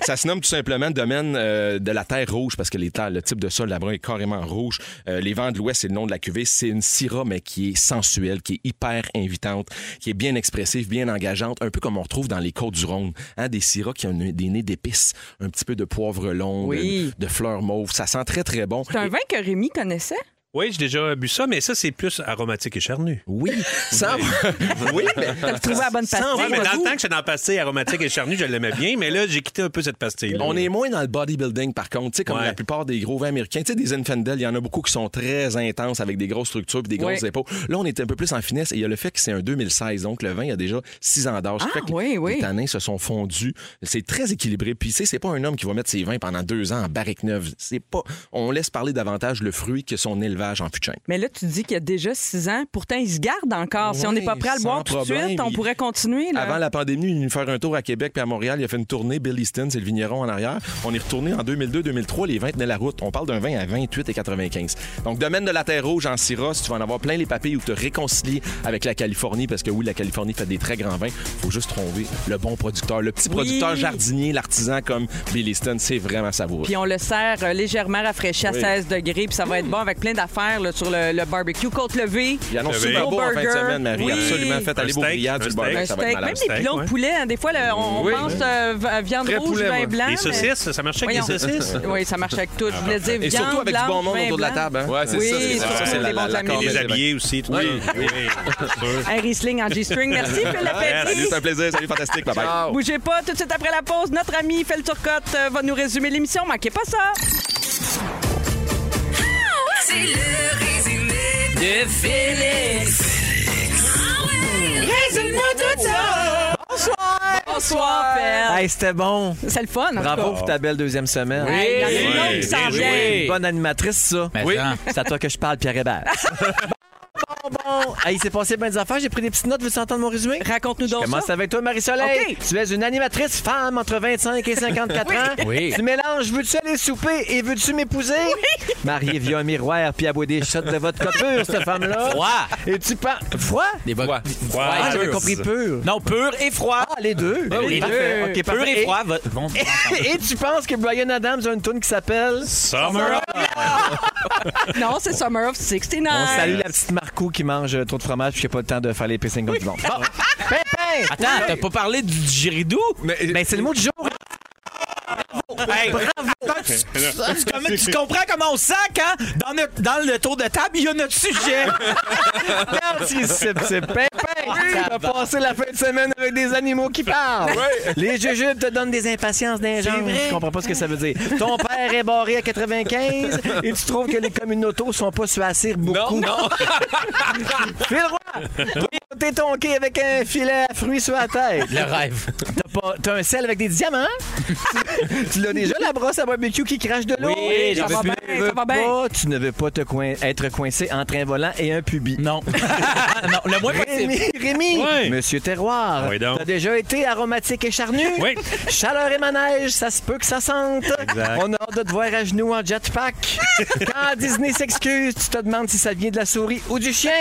ça se nomme tout simplement domaine euh, de la terre rouge parce que les terres- le type de sol là-bas est carrément rouge. Euh, les vents de l'ouest, c'est le nom de la cuvée. C'est une syrah, mais qui est sensuelle, qui est hyper invitante, qui est bien expressive, bien engageante, un peu comme on retrouve dans les côtes du Rhône. Hein, des syrahs qui ont une- des nez d'épices, un petit peu de poivre long, Oui. de, de fleurs mauves. Ça sent très, très bon. C'est un vin que Rémi connaissait. Oui, j'ai déjà bu ça, mais ça, c'est plus aromatique et charnu. Oui, ça. oui, mais. T'as trouvé la bonne pastille, mais dans Marco? le temps que j'étais dans la pastille aromatique et charnu, je l'aimais bien, mais là, j'ai quitté un peu cette pastille. On est moins dans le bodybuilding, par contre. Tu sais, comme la plupart des gros vins américains. Tu sais, des Infandel, il y en a beaucoup qui sont très intenses avec des grosses structures et des grosses Oui. épaules. Là, on est un peu plus en finesse et il y a le fait que c'est un 2016. Donc, le vin, il y a déjà 6 ans d'âge. Ça fait que Les tanins se sont fondus. C'est très équilibré. Puis, tu sais, c'est pas un homme qui va mettre ses vins pendant deux ans en barrique neuve. C'est pas. On laisse parler davantage le fruit que son élevage en fût de chêne. Mais là, tu dis qu'il y a déjà 6 ans. Pourtant, il se garde encore. si on n'est pas prêt à le Oui, boire sans tout de problème. suite, on Il- pourrait continuer. Là. Avant la pandémie, il est venu faire un tour à Québec puis à Montréal. Il a fait une tournée. Bill Easton, c'est le vigneron en arrière. On est retourné en 2002-2003. Les vins tenaient la route. On parle d'un vin à 28 et 95. Donc, domaine de la terre rouge en Syrah, si tu vas en avoir plein les papiers ou te réconcilier avec la Californie, parce que oui, la Californie fait des très grands vins. faut juste trouver le bon producteur, le petit Oui. producteur jardinier, l'artisan comme Bill Easton. C'est vraiment savoureux. Puis on le sert euh, légèrement rafraîchi à Oui. 16 degrés, puis ça va être bon avec plein d'affaires là, sur le, le barbecue. Côte levée, Il annonce gros super beau en fin de burger. semaine, Marie. Oui. Absolument. Faites Un aller vos steak, grillades un sur le barbecue. Ben, steak. Ça va être malade. Steak, Ben, Même des pilons de ouais. poulet, hein, des fois, là, on Oui. pense euh, v- viande Très rouge, poulet, vin moi. blanc. Des Ah, mais- saucisses, ça marche avec des Voyons. saucisses? Oui, ça marche avec tout. Je voulais dire Ah, Et viande surtout avec du blanche, bon monde vin autour de la blanc. table. hein? Ouais, c'est Oui, ça, c'est ça. surtout Ça, Ah, c'est pour la, les la, bons la amis. corvée. Les habillés aussi, tout Oui. ça. Oui, sûr. Un Riesling en G-string. Merci, Phil Ah, Lapéry. Salut, c'est un plaisir. Salut, fantastique. Bye bye. Bougez pas, tout de suite après la pause, notre ami Phil Turcotte euh, va nous résumer l'émission. Manquez pas ça! C'est le résumé de Félix. Résume-moi tout ça. Bonsoir. Ah Bonsoir, Phil. Hey, c'était bon. C'est le fun. en tout Bravo cas. pour ta belle deuxième semaine. Oui. Hey, il y en a une autre qui Oui. s'en Bien vient. joué. Une bonne animatrice, ça. Mais oui. attends. C'est à toi que je parle, Pierre Hébert. bon, bon. Hey, il s'est passé plein des affaires. J'ai pris des petites notes. Veux-tu entendre mon résumé? Raconte-nous donc Je commence ça. avec toi, Marie-Soleil. OK. Tu es une animatrice femme entre 25 et 54 Oui. ans. Oui. Tu mélanges veux-tu aller souper et veux-tu m'épouser? Mariée via un miroir puis à boire des shots de votre copure, cette femme-là. Froid. Et tu parles... Froid? Des froid. froid. Ah, j'avais compris pur. Non, pur et froid. Ah, les deux. Oui, les Parfait. deux. OK, pur parfait. et froid va- vont Et tu penses que Brian Adams a une tune qui s'appelle Summer Ah. Non, c'est Summer of 69. On salue la petite Marco qui mange euh, trop de fromage puis qui n'a pas le temps de faire les pacing comme tout le monde. Bon. Pépin! Ben, Attends, t'as pas parlé du giridou? Mais, c'est le mot du jour. euh, Hey, attends, tu, tu- tu- comment- tu comprends comment on sac, hein? Dans, notre- dans le tour de table, il y a notre sujet. Ah, Merci, c'est c'est Pépin! Tu vas passer la fin de semaine avec des animaux qui parlent! Les jujubes te donnent des impatiences d'un genre. Je comprends pas ce que ça veut dire. Ton père est barré à 95 et tu trouves que les communautaux sont pas suacirs beaucoup. non. Fais le roi! T'es tonqué avec un filet à fruits sur la tête. Le rêve. T'as pas- T'as un sel avec des diamants? tu l'as déjà, la brosse à barbecue qui crache de l'eau? Oui, j'en Ça va veux bien, plus. ça va bien. Pas, tu ne veux pas te coin- être coincé entre un volant et un Ah, pubis. Non. non, le moins possible. Rémi, Rémi, Oui. Monsieur Terroir, Oui, donc. t'as déjà été aromatique et charnu? Oui. Chaleur et manège, ça se peut que ça sente. Exact. On a hâte de te voir à genoux en jetpack. Quand Disney s'excuse, tu te demandes si ça vient de la souris ou du chien.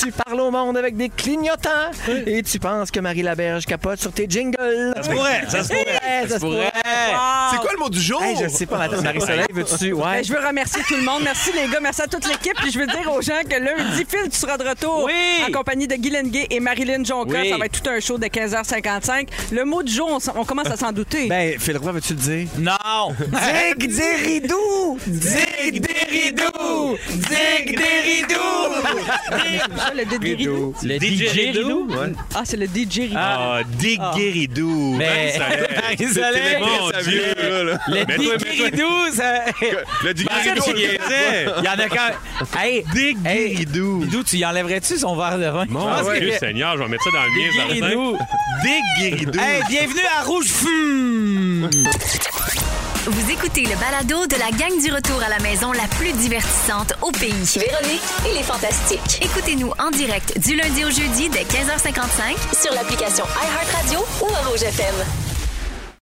Tu parles au monde avec des clignotants et tu penses que Marie Laberge capote sur tes jingles. Ça se pourrait, ça se pourrait. Ouais, ça se pourrait. C'est quoi le mot du jour? Hey, je sais pas, Ah, madame Marie-Soleil, veux-tu? Ouais. Ben, je veux remercier tout le monde. Merci les gars, merci à toute l'équipe. Puis je veux dire aux gens que lundi, Phil, tu seras de retour Oui. en compagnie de Guy Lenguet et Marilyn Jonca. Oui. Ça va être tout un show de 15h55. Le mot du jour, on, s'en- on commence à s'en douter. Ben, Phil Roy, veux-tu le dire? Non. Dig Deridou! Dig Deridou! Dig Deridou! Ça, le didgeridoo. Le DJ Didgeridoo? Ridou? Ah, c'est le DJ Ah, diguéridou. Mais- Marie-Soleil. Mon Dieu. Le Mets-toi- didgeridou, ça... Le Marie-Soleil, didgeridoo, tu niaisais. Il y en a quand... Hey, Diguéridou. Didou, tu y enlèverais-tu son verre de vin? Mon Je pense Dieu que- Seigneur, je vais mettre ça dans le mien, Jardin. Diguéridou. Diguéridou. Hey, bienvenue à Rouge Fume! Vous écoutez le balado de la gang du retour à la maison la plus divertissante au pays. Véronique et les Fantastiques. Écoutez-nous en direct du lundi au jeudi dès 15h55 sur l'application iHeartRadio ou à Rouge FM.